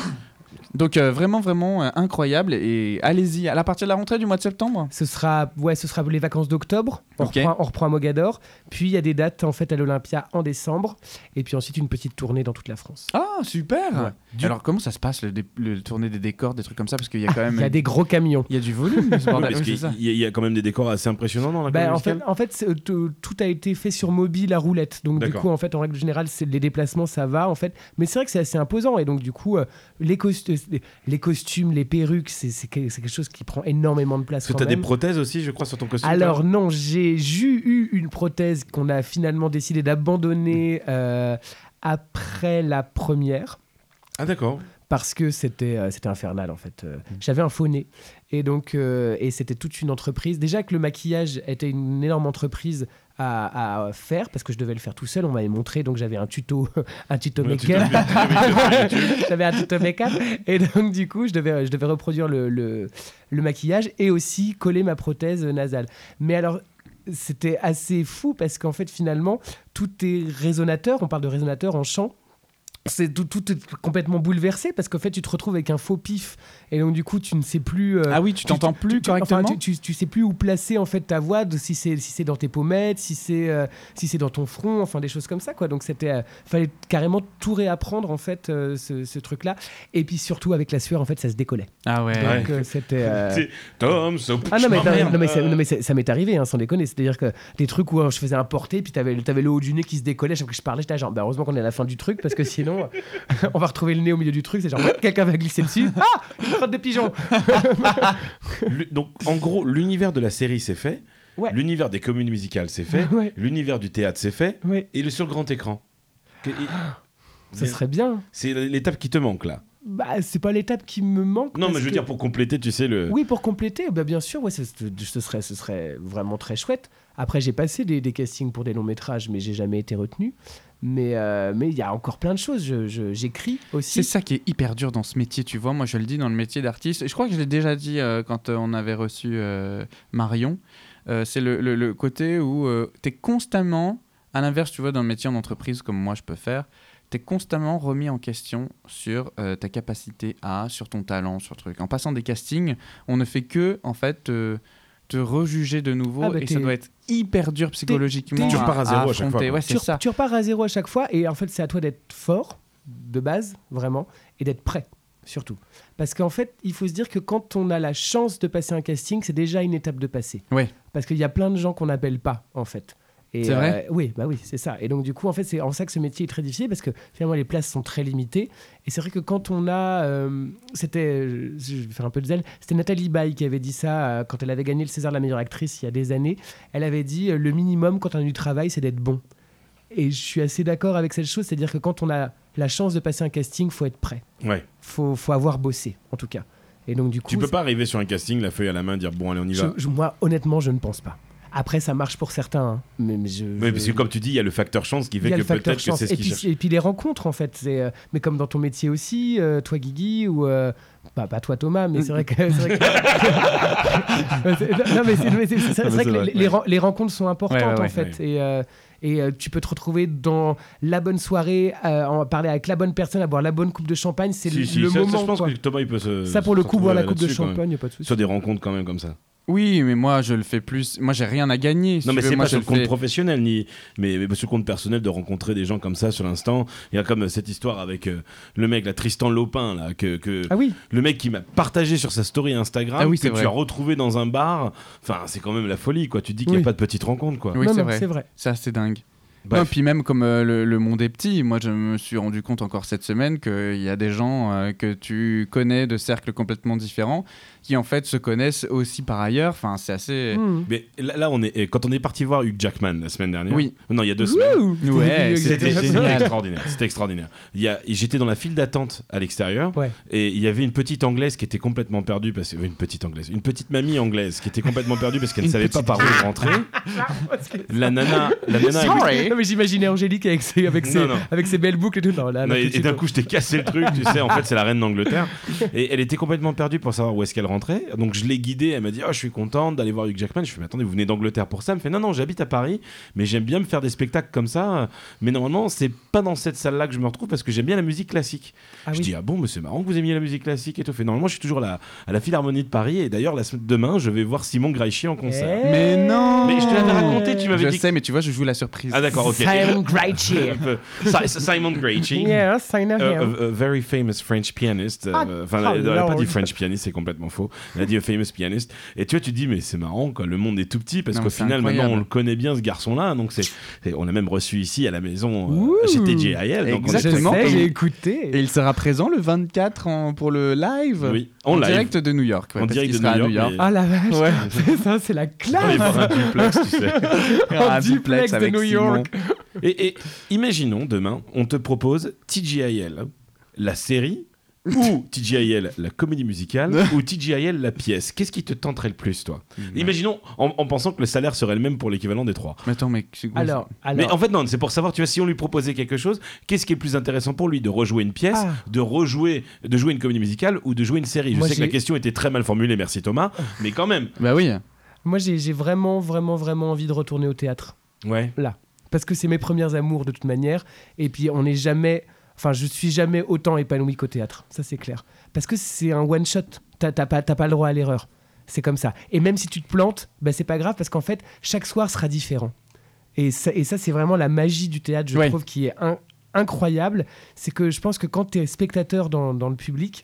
Speaker 1: Donc, euh, vraiment, vraiment euh, incroyable. Et allez-y, à la partir de la rentrée du mois de septembre.
Speaker 3: Ce sera, ouais, ce sera les vacances d'octobre. On,
Speaker 1: Ok.
Speaker 3: reprend, on reprend à Mogador. Puis il y a des dates en fait à l'Olympia en décembre. Et puis ensuite une petite tournée dans toute la France.
Speaker 1: Ah, super
Speaker 3: Ouais.
Speaker 1: Du- Alors, comment ça se passe, le, dé- le tournée des décors, des trucs comme ça Parce qu'il y a quand même.
Speaker 3: Ah, Il y a des gros camions.
Speaker 1: il y a du volume, ce
Speaker 2: Oui,
Speaker 1: bordel.
Speaker 2: parce
Speaker 1: Oui,
Speaker 2: qu'il
Speaker 1: c'est ça.
Speaker 2: y, a- il y a quand même des décors assez impressionnants dans la
Speaker 3: Bah,
Speaker 2: comédie
Speaker 3: en fait,
Speaker 2: musicale.
Speaker 3: en fait c'est- euh, tout tout a été fait sur mobile à roulette. Donc du
Speaker 2: D'accord.
Speaker 3: coup, en fait, en règle générale, c'est les déplacements, ça va en fait. Mais c'est vrai que c'est assez imposant. Et donc du coup, euh, les, costu- euh, les costumes, les perruques, c'est c'est que- c'est quelque chose qui prend énormément de place.
Speaker 2: Parce que
Speaker 3: quand
Speaker 2: t'as des
Speaker 3: même.
Speaker 2: prothèses aussi, je crois, sur ton costume.
Speaker 3: Alors non, j'ai ju- eu une prothèse qu'on a finalement décidé d'abandonner euh, après la première.
Speaker 2: Ah, d'accord.
Speaker 3: Parce que c'était euh, c'était infernal en fait. Euh, J'avais un faux nez et donc euh, et c'était toute une entreprise. Déjà que le maquillage était une énorme entreprise à, à faire parce que je devais le faire tout seul. On m'avait montré donc j'avais un tuto un tuto
Speaker 2: Ouais, tu
Speaker 3: make-up.
Speaker 2: t'as vu- tu t'as vu-
Speaker 3: J'avais un tuto make-up et donc du coup je devais, je devais reproduire le, le, le maquillage et aussi coller ma prothèse nasale. Mais alors c'était assez fou parce qu'en fait finalement tout est résonateur, on parle de résonateur en chant. C'est tout, tout est complètement bouleversé parce qu'en fait tu te retrouves avec un faux pif et donc du coup tu ne sais plus euh,
Speaker 1: Ah oui, tu t'entends plus
Speaker 3: tu- enfin, tu,
Speaker 1: correctement
Speaker 3: tu- tu sais plus où placer en fait ta voix, de- si c'est si c'est dans tes pommettes, si c'est euh, si c'est dans ton front, enfin des choses comme ça quoi. Donc c'était euh, fallait carrément tout réapprendre en fait euh, ce, truc là. Et puis surtout avec la sueur en fait ça se décollait.
Speaker 1: Ah ouais.
Speaker 2: Ouais.
Speaker 3: Donc euh, c'était euh,
Speaker 2: C'est- Tom, so
Speaker 3: ah non mais, t'as- non, mais, ça,
Speaker 2: Euh,
Speaker 3: non, mais ça- ça m'est arrivé hein, sans déconner c'est à dire que des trucs où euh, je faisais un porté puis t'avais avais le haut du nez qui se décollait chaque fois que je parlais j'étais là, genre bah, heureusement qu'on est à la fin du truc parce que sinon euh, on va retrouver le nez au milieu du truc c'est genre ouais, quelqu'un va glisser dessus ah une crotte de pigeon
Speaker 2: Lu- Donc, en gros, l'univers de la série, c'est fait.
Speaker 3: Ouais.
Speaker 2: L'univers des communes musicales, c'est fait.
Speaker 3: ouais
Speaker 2: L'univers du théâtre, c'est fait.
Speaker 3: ouais
Speaker 2: Et le sur le grand écran. Que- et-
Speaker 3: ça serait bien
Speaker 2: C'est l'étape qui te manque, là.
Speaker 3: Bah, c'est pas l'étape qui me manque.
Speaker 2: Non, mais
Speaker 3: parce
Speaker 2: je veux
Speaker 3: que-
Speaker 2: dire, euh, pour compléter, tu sais, le.
Speaker 3: Oui, pour compléter, bah, bien sûr, ouais, ce, ce- ce serait, ce serait vraiment très chouette. Après, j'ai passé des, des castings pour des longs métrages, mais j'ai jamais été retenu. Mais euh, mais il y a encore plein de choses. Je- je- J'écris
Speaker 1: C'est
Speaker 3: aussi.
Speaker 1: ça qui est hyper dur dans ce métier, tu vois. Moi, je le dis dans le métier d'artiste. et Je crois que je l'ai déjà dit euh, quand euh, on avait reçu euh, Marion. Euh, c'est le, le- le côté où tu es constamment, à l'inverse, tu vois, dans le métier en entreprise comme moi, je peux faire, tu es constamment remis en question sur euh, ta capacité à, sur ton talent, sur truc. En passant des castings, on ne fait que, en fait, te- te rejuger de nouveau.
Speaker 3: Ah bah,
Speaker 1: et ça
Speaker 3: t'es-
Speaker 1: doit être hyper dur psychologiquement.
Speaker 2: Tu repars à zéro à chaque
Speaker 1: affronter.
Speaker 2: fois, quoi.
Speaker 1: Ouais,
Speaker 3: Tu,
Speaker 1: c'est ça.
Speaker 3: tu repars à zéro à chaque fois, et en fait, c'est à toi d'être fort de base, vraiment, et d'être prêt surtout. Parce qu'en fait, il faut se dire que quand on a la chance de passer un casting, c'est déjà une étape de passer.
Speaker 1: Ouais.
Speaker 3: Parce qu'il y a plein de gens qu'on n'appelle pas, en fait. Et,
Speaker 1: C'est vrai
Speaker 3: euh, Oui, bah oui, c'est ça. Et donc du coup, en fait, c'est en ça que ce métier est très difficile parce que finalement les places sont très limitées. Et c'est vrai que quand on a, euh, c'était, euh, je vais faire un peu de zèle, c'était Nathalie Baye qui avait dit ça euh, quand elle avait gagné le César de la meilleure actrice il y a des années. Elle avait dit euh, le minimum quand on a du travail, c'est d'être bon. Et je suis assez d'accord avec cette chose, c'est-à-dire que quand on a la chance de passer un casting, faut être prêt
Speaker 2: Ouais.
Speaker 3: faut, faut avoir bossé, en tout cas. Et donc, du coup,
Speaker 2: Tu peux pas arriver sur un casting, la feuille à la main, dire bon, allez, on y
Speaker 3: je-
Speaker 2: va.
Speaker 3: je- moi, honnêtement, je ne pense pas. Après, ça marche pour certains, hein. mais, mais je.
Speaker 2: Oui,
Speaker 3: je-
Speaker 2: parce que comme tu dis, il y a le facteur chance qui
Speaker 3: Euh, il
Speaker 2: fait
Speaker 3: y a
Speaker 2: que
Speaker 3: le facteur
Speaker 2: peut-être que
Speaker 3: chance.
Speaker 2: c'est ce
Speaker 3: Et
Speaker 2: qu'ils
Speaker 3: puis,
Speaker 2: cherchent.
Speaker 3: et puis les rencontres, en fait. c'est, euh, mais comme dans ton métier aussi, euh, toi, Guigui, ou. euh, bah, pas toi, Thomas, mais c'est vrai que. c'est vrai que- C'est- non, mais c'est mais c'est- c'est- c'est
Speaker 2: mais
Speaker 3: vrai
Speaker 2: c'est
Speaker 3: que les,
Speaker 2: vrai,
Speaker 3: les
Speaker 2: ouais.
Speaker 3: ren- les rencontres sont importantes,
Speaker 1: Ouais, ouais, ouais.
Speaker 3: en fait. Et. euh, et euh, tu peux te retrouver dans la bonne soirée, à en parler avec la bonne personne, à boire la bonne coupe de champagne. C'est
Speaker 2: Si,
Speaker 3: le,
Speaker 2: si,
Speaker 3: le
Speaker 2: ça, ça,
Speaker 3: moment.
Speaker 2: je pense
Speaker 3: quoi.
Speaker 2: que Thomas, il peut se.
Speaker 3: Ça, pour le
Speaker 2: se
Speaker 3: coup, boire la coupe
Speaker 2: retrouver
Speaker 3: de
Speaker 2: Euh, là-dessus, quand même.
Speaker 3: champagne, y a pas de souci.
Speaker 2: Sur des rencontres quand même comme ça.
Speaker 1: Oui, mais moi, je le fais plus. Moi, j'ai rien à gagner. si
Speaker 2: non,
Speaker 1: tu
Speaker 2: mais
Speaker 1: veux.
Speaker 2: c'est
Speaker 1: Moi,
Speaker 2: pas
Speaker 1: je
Speaker 2: sur
Speaker 1: le
Speaker 2: le compte
Speaker 1: fais-
Speaker 2: professionnel, ni... mais, mais sur le compte personnel de rencontrer des gens comme ça sur l'instant. Il y a comme euh, cette histoire avec euh, le mec, là, Tristan Lopin, là, que, que-
Speaker 3: Ah oui,
Speaker 2: le mec qui m'a partagé sur sa story Instagram,
Speaker 1: Ah oui,
Speaker 2: que
Speaker 1: c'est
Speaker 2: tu
Speaker 1: vrai.
Speaker 2: as retrouvé dans un bar. Enfin, c'est quand même la folie, quoi. Tu te dis qu'il n'y
Speaker 3: Oui.
Speaker 2: a pas de petite rencontre, quoi.
Speaker 1: Oui,
Speaker 3: non,
Speaker 1: c'est
Speaker 3: non,
Speaker 1: vrai.
Speaker 3: c'est vrai.
Speaker 1: Ça, c'est dingue.
Speaker 2: Bref.
Speaker 1: Non, puis même comme euh, le, le monde est petit, moi je me suis rendu compte encore cette semaine qu'il y a des gens euh, que tu connais de cercles complètement différents qui en fait se connaissent aussi par ailleurs. Enfin, c'est assez.
Speaker 3: Mmh.
Speaker 2: Mais là, là, on est, et quand on est parti voir Hugh Jackman la semaine dernière.
Speaker 1: Oui.
Speaker 2: Non, il y a deux semaines.
Speaker 1: Ouais,
Speaker 2: C'était
Speaker 1: c'était
Speaker 2: c'était
Speaker 1: génial.
Speaker 2: extraordinaire. C'était extraordinaire. Il y a- J'étais dans la file d'attente à l'extérieur
Speaker 3: Ouais.
Speaker 2: et il y avait une petite anglaise qui était complètement perdue parce que une petite anglaise, une petite mamie anglaise qui était complètement perdue parce qu'elle ne
Speaker 1: Une
Speaker 2: savait pas par où rentrer. La nana, la nana. elle-
Speaker 1: Sorry.
Speaker 3: Non, mais j'imaginais Angélique avec ses, avec, ses,
Speaker 2: Non, non.
Speaker 3: avec ses belles boucles et tout. Non, là,
Speaker 2: Non,
Speaker 3: là,
Speaker 2: et
Speaker 3: tout de
Speaker 2: et d'un
Speaker 3: suite,
Speaker 2: coup, je t'ai cassé le truc, tu sais. En fait, c'est la reine d'Angleterre. Et elle était complètement perdue pour savoir où est-ce qu'elle rentrait. Donc, je l'ai guidée. Elle m'a dit Oh, je suis contente d'aller voir Hugh Jackman. Je fais Mais attendez, vous venez d'Angleterre pour ça Elle me fait Non, non, j'habite à Paris, mais j'aime bien me faire des spectacles comme ça. Mais normalement, c'est pas dans cette salle-là que je me retrouve parce que j'aime bien la musique classique.
Speaker 3: Ah
Speaker 2: je
Speaker 3: oui.
Speaker 2: dis Ah bon, mais c'est marrant que vous aimiez la musique classique et tout. Elle Fait normalement, je suis toujours là, à la Philharmonie de Paris. Et d'ailleurs, la semaine demain, je vais voir Simon Graichy en concert.
Speaker 3: Eh.
Speaker 1: Mais non
Speaker 2: Mais je te l'avais raconté, tu m'avais
Speaker 1: Je
Speaker 2: dit.
Speaker 1: sais, mais tu vois, je joue la surprise.
Speaker 2: Ah, d'accord, ok.
Speaker 3: Simon Graichy.
Speaker 2: Simon Graichy.
Speaker 3: Yes, I know
Speaker 2: A,
Speaker 3: him.
Speaker 2: a- a very famous French pianist. euh,
Speaker 3: Ah,
Speaker 2: Enfin,
Speaker 3: oh
Speaker 2: elle n'a pas
Speaker 3: Lord.
Speaker 2: dit French pianist, c'est complètement faux. Elle a dit a famous pianist. Et tu vois, tu te dis, mais c'est marrant, quoi. Le monde est tout petit parce
Speaker 1: Non,
Speaker 2: qu'au
Speaker 1: c'est
Speaker 2: final,
Speaker 1: incroyable.
Speaker 2: maintenant, on le connaît bien, ce garçon-là. Donc, c'est, c'est- on l'a même reçu ici à la maison
Speaker 3: Ouh.
Speaker 2: euh, chez TJIL. Donc, on est très
Speaker 1: Exactement.
Speaker 3: Je sais,
Speaker 2: content.
Speaker 3: j'ai
Speaker 1: Et
Speaker 3: écouté.
Speaker 1: il sera présent le 24 en- pour le live.
Speaker 2: Oui, en live.
Speaker 1: direct de New York. ouais,
Speaker 2: En
Speaker 1: parce
Speaker 2: direct
Speaker 1: qu'il
Speaker 2: de
Speaker 1: sera
Speaker 2: New
Speaker 1: à
Speaker 2: York,
Speaker 3: Ah la vache.
Speaker 1: Ouais.
Speaker 3: C'est ça, c'est la
Speaker 2: On est
Speaker 3: classe.
Speaker 2: dans un duplex, tu sais.
Speaker 1: Ah,
Speaker 3: En duplex de
Speaker 1: avec
Speaker 3: New York.
Speaker 1: Simon.
Speaker 2: Et, et imaginons demain, on te propose TGIL, la série, ou TGIL, la comédie musicale, ou TGIL, la pièce. Qu'est-ce qui te tenterait le plus, toi
Speaker 3: Mmh.
Speaker 2: Imaginons, en, en pensant que le salaire serait le même pour l'équivalent des trois.
Speaker 1: Mais attends, mais c'est quoi,
Speaker 3: Alors,
Speaker 2: Mais en
Speaker 3: alors.
Speaker 2: fait, non, c'est pour savoir, tu vois, si on lui proposait quelque chose, qu'est-ce qui est le plus intéressant pour lui De rejouer une pièce,
Speaker 3: Ah.
Speaker 2: de rejouer, de jouer une comédie musicale ou de jouer une série Je
Speaker 3: Moi,
Speaker 2: sais que la
Speaker 3: j'ai-
Speaker 2: question était très mal formulée, merci Thomas, mais quand même.
Speaker 1: ça Bah oui.
Speaker 3: Moi, j'ai j'ai vraiment, vraiment, vraiment envie de retourner au théâtre.
Speaker 2: Ouais.
Speaker 3: parce que c'est mes premières amours de toute manière. Et puis on n'est jamais, enfin je suis jamais autant épanoui qu'au théâtre, ça c'est clair. Parce que c'est un one shot, t'as t'as pas, t'as pas le droit à l'erreur. C'est comme ça. Et même si tu te plantes, bah, c'est pas grave parce qu'en fait chaque soir sera différent. Et ça, et ça c'est vraiment la magie du théâtre, je
Speaker 1: Ouais.
Speaker 3: trouve, qui est in- incroyable. C'est que je pense que quand t'es spectateur dans, dans le public.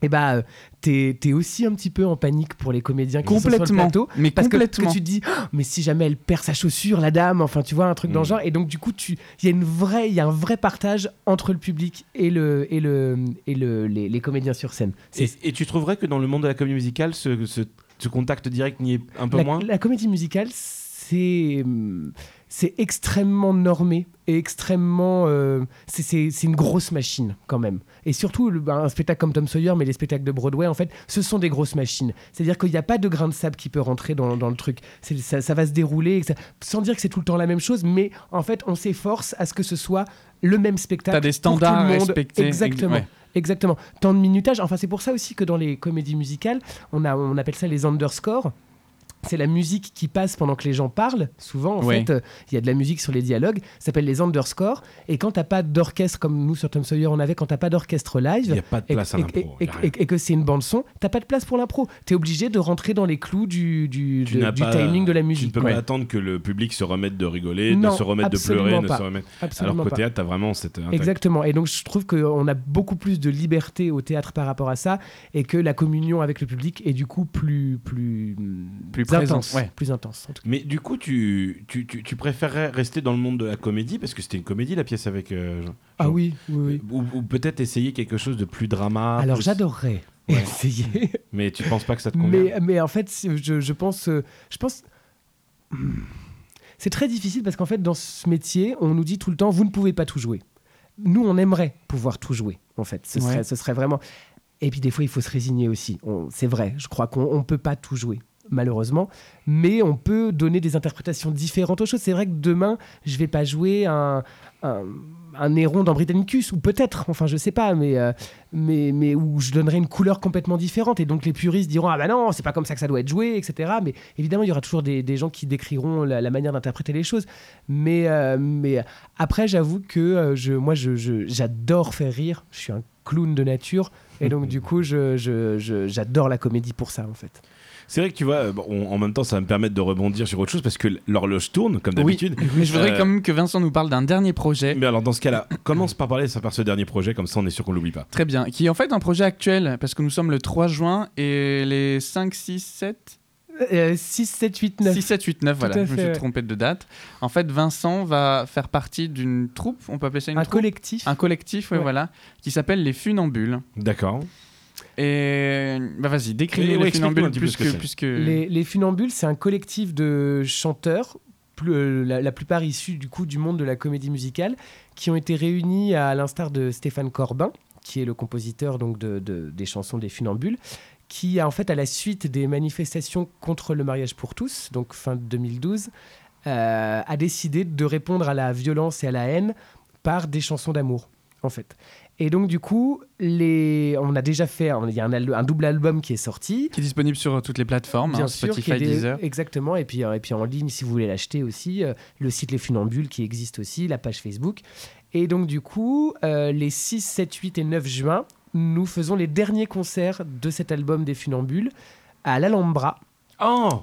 Speaker 3: Et bah, euh, t'es t'es aussi un petit peu en panique pour les comédiens qui sont sur le
Speaker 1: Complètement.
Speaker 3: plateau.
Speaker 1: Mais
Speaker 3: Parce que,
Speaker 1: complètement.
Speaker 3: que tu te dis, Oh, mais si jamais elle perd sa chaussure, la dame, enfin tu vois, un truc dans le
Speaker 2: Mm.
Speaker 3: genre. Et donc du coup, tu- il y a une vraie, il y a un vrai partage entre le public et le et le et le les, les comédiens sur scène. C'est-
Speaker 2: Et, et tu trouverais que dans le monde de la comédie musicale, ce, ce- ce contact direct n'y est un peu
Speaker 3: la,
Speaker 2: moins
Speaker 3: la comédie musicale, c'est hum, c'est extrêmement normé et extrêmement euh, c'est- c'est c'est une grosse machine quand même. Et surtout le- bah, un spectacle comme Tom Sawyer, mais les spectacles de Broadway, en fait, ce sont des grosses machines. C'est-à-dire qu'il n'y a pas de grain de sable qui peut rentrer dans, dans le truc. C'est- Ça, ça va se dérouler et que ça- sans dire que c'est tout le temps la même chose, mais en fait, on s'efforce à ce que ce soit le même spectacle.
Speaker 1: T'as des
Speaker 3: pour tout le
Speaker 1: standards à
Speaker 3: monde.
Speaker 1: respecter.
Speaker 3: Exactement.
Speaker 1: Ouais.
Speaker 3: Exactement. Tant de minutage. Enfin, c'est pour ça aussi que dans les comédies musicales, on, a, on appelle ça les underscores. C'est la musique qui passe pendant que les gens parlent. Souvent, en
Speaker 1: Ouais.
Speaker 3: fait, euh, il y a de la musique sur les dialogues. Ça s'appelle les underscores. Et quand t'as pas d'orchestre, comme nous sur Tom Sawyer, on avait, quand t'as pas d'orchestre
Speaker 2: Il n'y
Speaker 3: live.
Speaker 2: a pas de
Speaker 3: Et,
Speaker 2: place à
Speaker 3: et-
Speaker 2: l'impro.
Speaker 3: et-
Speaker 2: y a rien.
Speaker 3: et- et que c'est une bande son, t'as pas de place pour l'impro. T'es obligé de rentrer dans les clous du, du,
Speaker 2: Tu
Speaker 3: de-
Speaker 2: n'as
Speaker 3: du
Speaker 2: pas-
Speaker 3: timing de la
Speaker 2: Tu ne
Speaker 3: musique.
Speaker 2: peux
Speaker 1: Ouais.
Speaker 2: pas attendre que le public se remette de rigoler,
Speaker 3: Non,
Speaker 2: de se remettre de
Speaker 3: absolument
Speaker 2: pleurer, de
Speaker 3: pas.
Speaker 2: se remettre. Alors
Speaker 3: Absolument
Speaker 2: qu'au
Speaker 3: pas.
Speaker 2: théâtre, hein, t'as vraiment cette. inter-
Speaker 3: Exactement. Et donc, je trouve qu'on a beaucoup plus de liberté au théâtre par rapport à ça et que la communion avec le public est du coup plus. Plus,
Speaker 1: Plus
Speaker 3: intense.
Speaker 1: présence, ouais.
Speaker 3: Plus intense, en tout cas.
Speaker 2: Mais du coup, tu, tu, tu, tu préférerais rester dans le monde de la comédie parce que c'était une comédie la pièce avec. euh, Jean-
Speaker 3: Ah
Speaker 2: Jean-
Speaker 3: oui, oui, oui.
Speaker 2: Ou, ou peut-être essayer quelque chose de plus drama.
Speaker 3: Alors,
Speaker 2: plus-
Speaker 3: j'adorerais essayer.
Speaker 2: Mais tu penses pas que ça te convient
Speaker 3: mais, euh, mais en fait, c'est- je, je pense. euh, Je pense... Hmm. C'est très difficile parce qu'en fait, dans ce métier, on nous dit tout le temps vous ne pouvez pas tout jouer. Nous, on aimerait pouvoir tout jouer, en fait. Ce,
Speaker 1: Ouais.
Speaker 3: serait, ce serait vraiment. Et puis, des fois, il faut se résigner aussi. On- C'est vrai, je crois qu'on ne peut pas tout jouer, malheureusement. Mais on peut donner des interprétations différentes aux choses. C'est vrai que demain, je vais pas jouer un. un un héron dans Britannicus, ou peut-être, enfin je sais pas, mais, euh, mais, mais où je donnerai une couleur complètement différente. Et donc les puristes diront Ah bah non, c'est pas comme ça que ça doit être joué, etc. Mais évidemment, il y aura toujours des, des gens qui décriront la, la manière d'interpréter les choses. Mais, euh, mais après, j'avoue que euh, je, moi, je- je- j'adore faire rire. Je suis un clown de nature. Et donc, du coup, je- je- je- j'adore la comédie pour ça, en fait.
Speaker 2: C'est vrai que tu vois, euh, bon, on- en même temps, ça va me permettre de rebondir sur autre chose parce que l'horloge tourne, comme
Speaker 1: Oui.
Speaker 2: d'habitude.
Speaker 1: Mais je voudrais
Speaker 2: Euh,
Speaker 1: quand même que Vincent nous parle d'un dernier projet.
Speaker 2: Mais alors, dans ce cas-là, commence par parler par ce dernier projet, comme ça on est sûr qu'on l'oublie pas.
Speaker 1: Très bien. Qui est en fait un projet actuel, parce que nous sommes le 3 juin et les 5, 6, 7
Speaker 3: Euh, 6, 7, 8, 9.
Speaker 1: 6, 7, 8, 9, voilà,
Speaker 3: à
Speaker 1: je me
Speaker 3: fait,
Speaker 1: suis
Speaker 3: ouais.
Speaker 1: trompé de date. En fait, Vincent va faire partie d'une troupe, on peut appeler ça une
Speaker 3: un
Speaker 1: troupe
Speaker 3: collectif.
Speaker 1: Un collectif, oui,
Speaker 3: Ouais.
Speaker 1: voilà, qui s'appelle les Funambules.
Speaker 2: D'accord.
Speaker 1: Et bah vas-y, décris
Speaker 2: Et ouais,
Speaker 1: les
Speaker 2: explique-nous un
Speaker 1: Funambules
Speaker 2: petit peu
Speaker 1: plus
Speaker 2: ce que
Speaker 1: que,
Speaker 2: c'est.
Speaker 1: plus que-
Speaker 3: Les, les Funambules, c'est un collectif de chanteurs, plus, euh, la, la plupart issus du coup du monde de la comédie musicale, qui ont été réunis à l'instar de Stéphane Corbin, qui est le compositeur donc de, de- des chansons des Funambules, qui a en fait à la suite des manifestations contre le mariage pour tous, donc fin 2012, euh, a décidé de répondre à la violence et à la haine par des chansons d'amour, en fait. Et donc du coup, les... on a déjà fait, il y a un, al- un double album qui est sorti,
Speaker 1: qui est disponible sur euh, toutes les plateformes,
Speaker 3: Bien
Speaker 1: hein,
Speaker 3: sûr,
Speaker 1: Spotify,
Speaker 3: qu'il y a des-
Speaker 1: Deezer.
Speaker 3: Exactement, et puis, euh, et puis en ligne, si vous voulez l'acheter aussi, euh, le site Les Funambules qui existe aussi, la page Facebook. Et donc, du coup, euh, les 6, 7, 8 et 9 juin, nous faisons les derniers concerts de cet album des Funambules à l'Alhambra.
Speaker 2: Oh,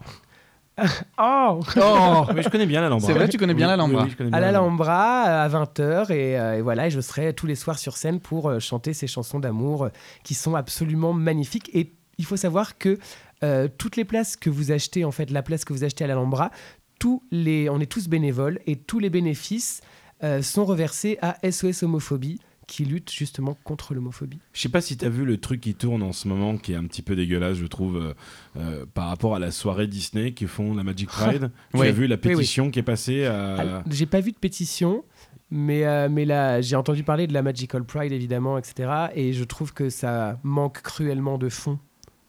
Speaker 3: Oh
Speaker 1: Oh
Speaker 2: mais je connais bien la Lambra.
Speaker 1: C'est vrai, tu connais bien la Lambra.
Speaker 3: À l'Alhambra à 20h et, euh, et voilà, et je serai tous les soirs sur scène pour euh, chanter ces chansons d'amour euh, qui sont absolument magnifiques et il faut savoir que euh, toutes les places que vous achetez en fait, la place que vous achetez à l'Alhambra, tous les on est tous bénévoles et tous les bénéfices euh, sont reversés à SOS homophobie qui lutte justement contre l'homophobie.
Speaker 2: Je sais pas si t'as vu le truc qui tourne en ce moment, qui est un petit peu dégueulasse, je trouve, euh, euh, par rapport à la soirée Disney qui font la Magic Pride. tu
Speaker 1: Oui.
Speaker 2: as vu la
Speaker 3: Ah, oui. Ah,
Speaker 2: pétition qui est passée à...
Speaker 3: Alors, J'ai pas vu de pétition, mais, euh, mais là, j'ai entendu parler de la Magical Pride, évidemment, etc. Et je trouve que ça manque cruellement de fond.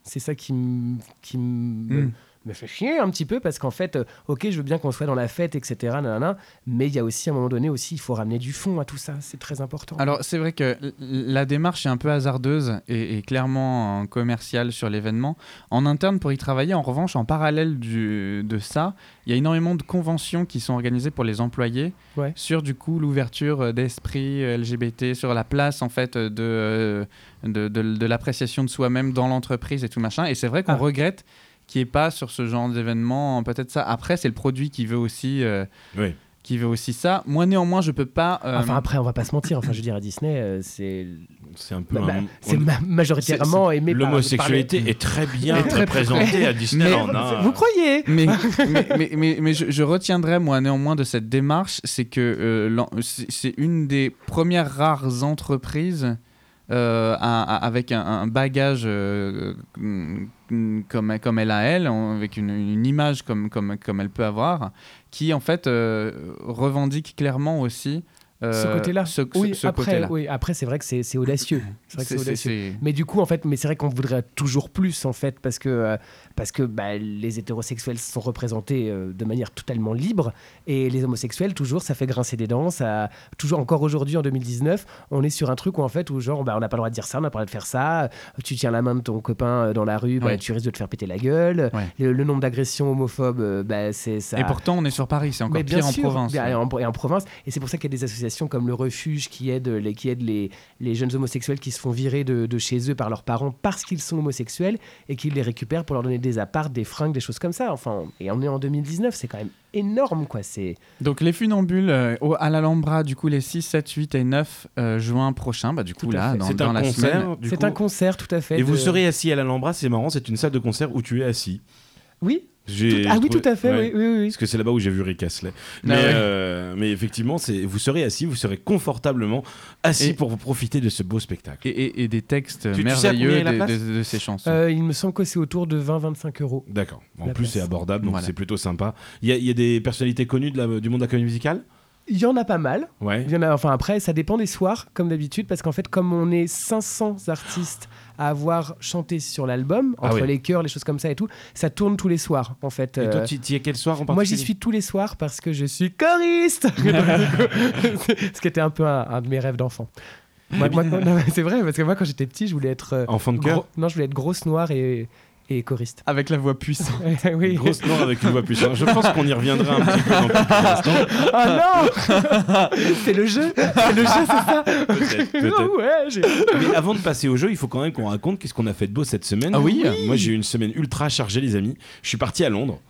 Speaker 3: C'est ça qui, m- qui m-
Speaker 1: Mm.
Speaker 3: me fait chier un petit peu, parce qu'en fait, euh, ok, je veux bien qu'on soit dans la fête, etc. nanana, mais il y a aussi, à un moment donné, aussi, il faut ramener du fond à tout ça. C'est très important.
Speaker 1: Alors c'est vrai que l- la démarche est un peu hasardeuse et, et clairement euh, commerciale sur l'événement. En interne, pour y travailler, en revanche, en parallèle du- de ça, il y a énormément de conventions qui sont organisées pour les employés
Speaker 3: Ouais.
Speaker 1: sur du coup l'ouverture euh, d'esprit euh, LGBT, sur la place en fait euh, de, euh, de, de- de l'appréciation de soi-même dans l'entreprise et tout machin. Et c'est vrai qu'on
Speaker 3: Ah.
Speaker 1: regrette qu'il n'y ait pas sur ce genre d'événement peut-être ça. Après, c'est le produit qui veut aussi... euh,
Speaker 2: Oui.
Speaker 1: qui veut aussi ça. Moi, néanmoins, je peux pas... euh,
Speaker 3: Enfin, après, on va pas se mentir. Enfin, je veux dire, à Disney, euh, c'est
Speaker 2: C'est un peu...
Speaker 3: bah, bah,
Speaker 2: un-
Speaker 3: c'est ma- majoritairement aimé par- par les-
Speaker 2: L'homosexualité est très bien
Speaker 1: Est très
Speaker 2: représentée à Disneyland. hein.
Speaker 3: Vous croyez
Speaker 1: mais, mais, mais, mais- mais je, je retiendrai moi néanmoins de cette démarche, c'est que euh, l'en- c'est c'est une des premières rares entreprises euh, à- à- avec un, un bagage euh, mm, comme, comme elle a elle, en- avec une, une image comme, comme, comme elle peut avoir, qui en fait euh, revendique clairement aussi euh,
Speaker 3: ce côté-là.
Speaker 1: Ce, ce-
Speaker 3: oui,
Speaker 1: ce
Speaker 3: après,
Speaker 1: côté-là.
Speaker 3: oui, après, c'est vrai que c'est c'est audacieux. C'est vrai que c'est
Speaker 1: C'est- c'est-
Speaker 3: audacieux.
Speaker 1: c'est-
Speaker 3: Mais du coup, en fait, mais c'est vrai qu'on voudrait toujours plus, en fait, parce que, euh, parce que bah, les hétérosexuels sont représentés euh, de manière totalement libre, et les homosexuels, toujours, ça fait grincer des dents, ça, toujours, encore aujourd'hui, en 2019, on est sur un truc où, en fait, où genre, bah, on n'a pas le droit de dire ça, on n'a pas le droit de faire ça, euh, tu tiens la main de ton copain euh, dans la rue, bah,
Speaker 1: Ouais.
Speaker 3: tu risques de te faire péter la gueule,
Speaker 1: Ouais.
Speaker 3: le, le nombre d'agressions homophobes, euh, bah, c'est ça...
Speaker 1: Et pourtant, on est sur Paris, c'est encore
Speaker 3: Mais bien
Speaker 1: pire en
Speaker 3: sûr, bah,
Speaker 1: province.
Speaker 3: bien, Et en, et en province. Et c'est pour ça qu'il y a des associations comme le Refuge qui aident les, qui aident les, les jeunes homosexuels qui se font virer de, de chez eux par leurs parents parce qu'ils sont homosexuels et qu'ils les récupèrent pour leur donner des apparts, des fringues, des choses comme ça. Enfin, et on est en 2019, c'est quand même énorme, quoi. C'est
Speaker 1: Donc les funambules euh, au, à l'Alhambra, du coup les 6, 7, 8 et 9 euh, juin prochain, bah, du coup
Speaker 3: Tout à
Speaker 1: là,
Speaker 3: fait.
Speaker 1: dans,
Speaker 2: C'est
Speaker 1: dans
Speaker 2: un
Speaker 1: la semaine.
Speaker 2: concert, hein. du
Speaker 3: c'est
Speaker 2: coup.
Speaker 3: un concert tout à fait.
Speaker 2: Et vous
Speaker 3: de-
Speaker 2: serez assis à la Lambra, c'est marrant, c'est une salle de concert où tu es assis.
Speaker 3: Oui.
Speaker 2: J'ai-
Speaker 3: tout- Ah oui,
Speaker 2: j'ai trouvé-
Speaker 3: tout à fait.
Speaker 2: Ouais.
Speaker 3: Oui, oui, oui.
Speaker 2: Parce que c'est là-bas où j'ai vu Rick Astley. Mais,
Speaker 3: Ah
Speaker 1: ouais.
Speaker 2: euh, mais effectivement, c'est- vous serez assis, vous serez confortablement assis
Speaker 1: Et-
Speaker 2: pour vous profiter de ce beau spectacle.
Speaker 1: Et, et- et des textes
Speaker 2: tu sais à combien
Speaker 1: merveilleux
Speaker 2: est la
Speaker 1: de,
Speaker 2: place
Speaker 1: de- de ces chansons.
Speaker 3: Euh, il me semble que c'est autour de 20-25 euros.
Speaker 2: D'accord. En
Speaker 3: La
Speaker 2: plus,
Speaker 3: place.
Speaker 2: c'est abordable, donc
Speaker 1: Voilà.
Speaker 2: c'est plutôt sympa. Il y, a- il y a des personnalités connues de la- du monde de la comédie musicale
Speaker 3: Il y en a pas mal.
Speaker 2: Ouais.
Speaker 3: Il y en a, enfin après, ça dépend des soirs, comme d'habitude, parce qu'en fait, comme on est 500 artistes à avoir chanté sur l'album,
Speaker 2: Ah
Speaker 3: entre
Speaker 2: oui.
Speaker 3: les chœurs, les choses comme ça et tout, ça tourne tous les soirs, en fait.
Speaker 2: Et
Speaker 3: Euh,
Speaker 2: toi, tu y es quel soir en
Speaker 3: moi, j'y
Speaker 2: particulier
Speaker 3: suis tous les soirs parce que je suis choriste Ce qui était un peu un, un de mes rêves d'enfant. Moi- moi- non, mais C'est vrai, parce que moi, quand j'étais petit, je voulais être... euh,
Speaker 2: Enfant de
Speaker 3: gros-
Speaker 2: cœur
Speaker 3: non, je voulais être grosse, noire et, et choriste.
Speaker 1: Avec la voix puissante.
Speaker 3: oui.
Speaker 2: Grosse noire avec une voix puissante. Je pense qu'on y reviendra un petit peu dans quelques instants.
Speaker 3: Ah non C'est le jeu C'est le jeu, c'est ça
Speaker 2: Peut-être, peut-être.
Speaker 3: Oh ouais, j'ai-
Speaker 2: Mais avant de passer au jeu, il faut quand même qu'on raconte qu'est-ce qu'on a fait de beau cette semaine.
Speaker 1: Ah oui
Speaker 2: Moi, j'ai eu une semaine ultra chargée, les amis. Je suis parti à Londres.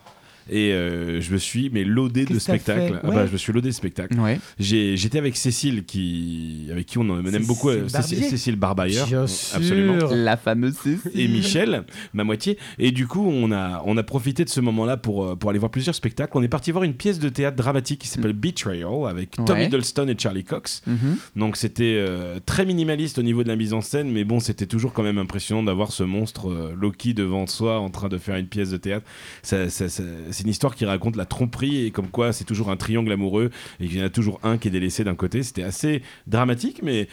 Speaker 2: Et euh, je me suis mais lodé de
Speaker 3: Qu'est-ce que t'as
Speaker 2: spectacles.
Speaker 3: fait
Speaker 2: Ah bah,
Speaker 3: Ouais.
Speaker 2: je me suis lodé de spectacles.
Speaker 1: Ouais.
Speaker 2: J'ai- J'étais avec Cécile, qui, avec qui on en- on aime
Speaker 3: Cécile
Speaker 2: beaucoup, euh, Cécile,
Speaker 3: Barbier.
Speaker 2: Cécile Barbailleur.
Speaker 3: Bien
Speaker 2: Absolument.
Speaker 3: sûr.
Speaker 1: La fameuse
Speaker 2: et Michel, ma moitié. Et du coup, on a, on a profité de ce moment-là pour, euh, pour aller voir plusieurs spectacles. On est parti voir une pièce de théâtre dramatique qui s'appelle Betrayal avec Tom
Speaker 1: Ouais.
Speaker 2: Hiddleston et Charlie Cox.
Speaker 1: Mhm.
Speaker 2: Donc c'était euh, très minimaliste au niveau de la mise en scène, mais bon, c'était toujours quand même impressionnant d'avoir ce monstre euh, Loki devant soi en train de faire une pièce de théâtre. Ça- ça- ça- c'est une histoire qui raconte la tromperie et comme quoi c'est toujours un triangle amoureux et qu'il y en a toujours un qui est délaissé d'un côté. C'était assez dramatique, mais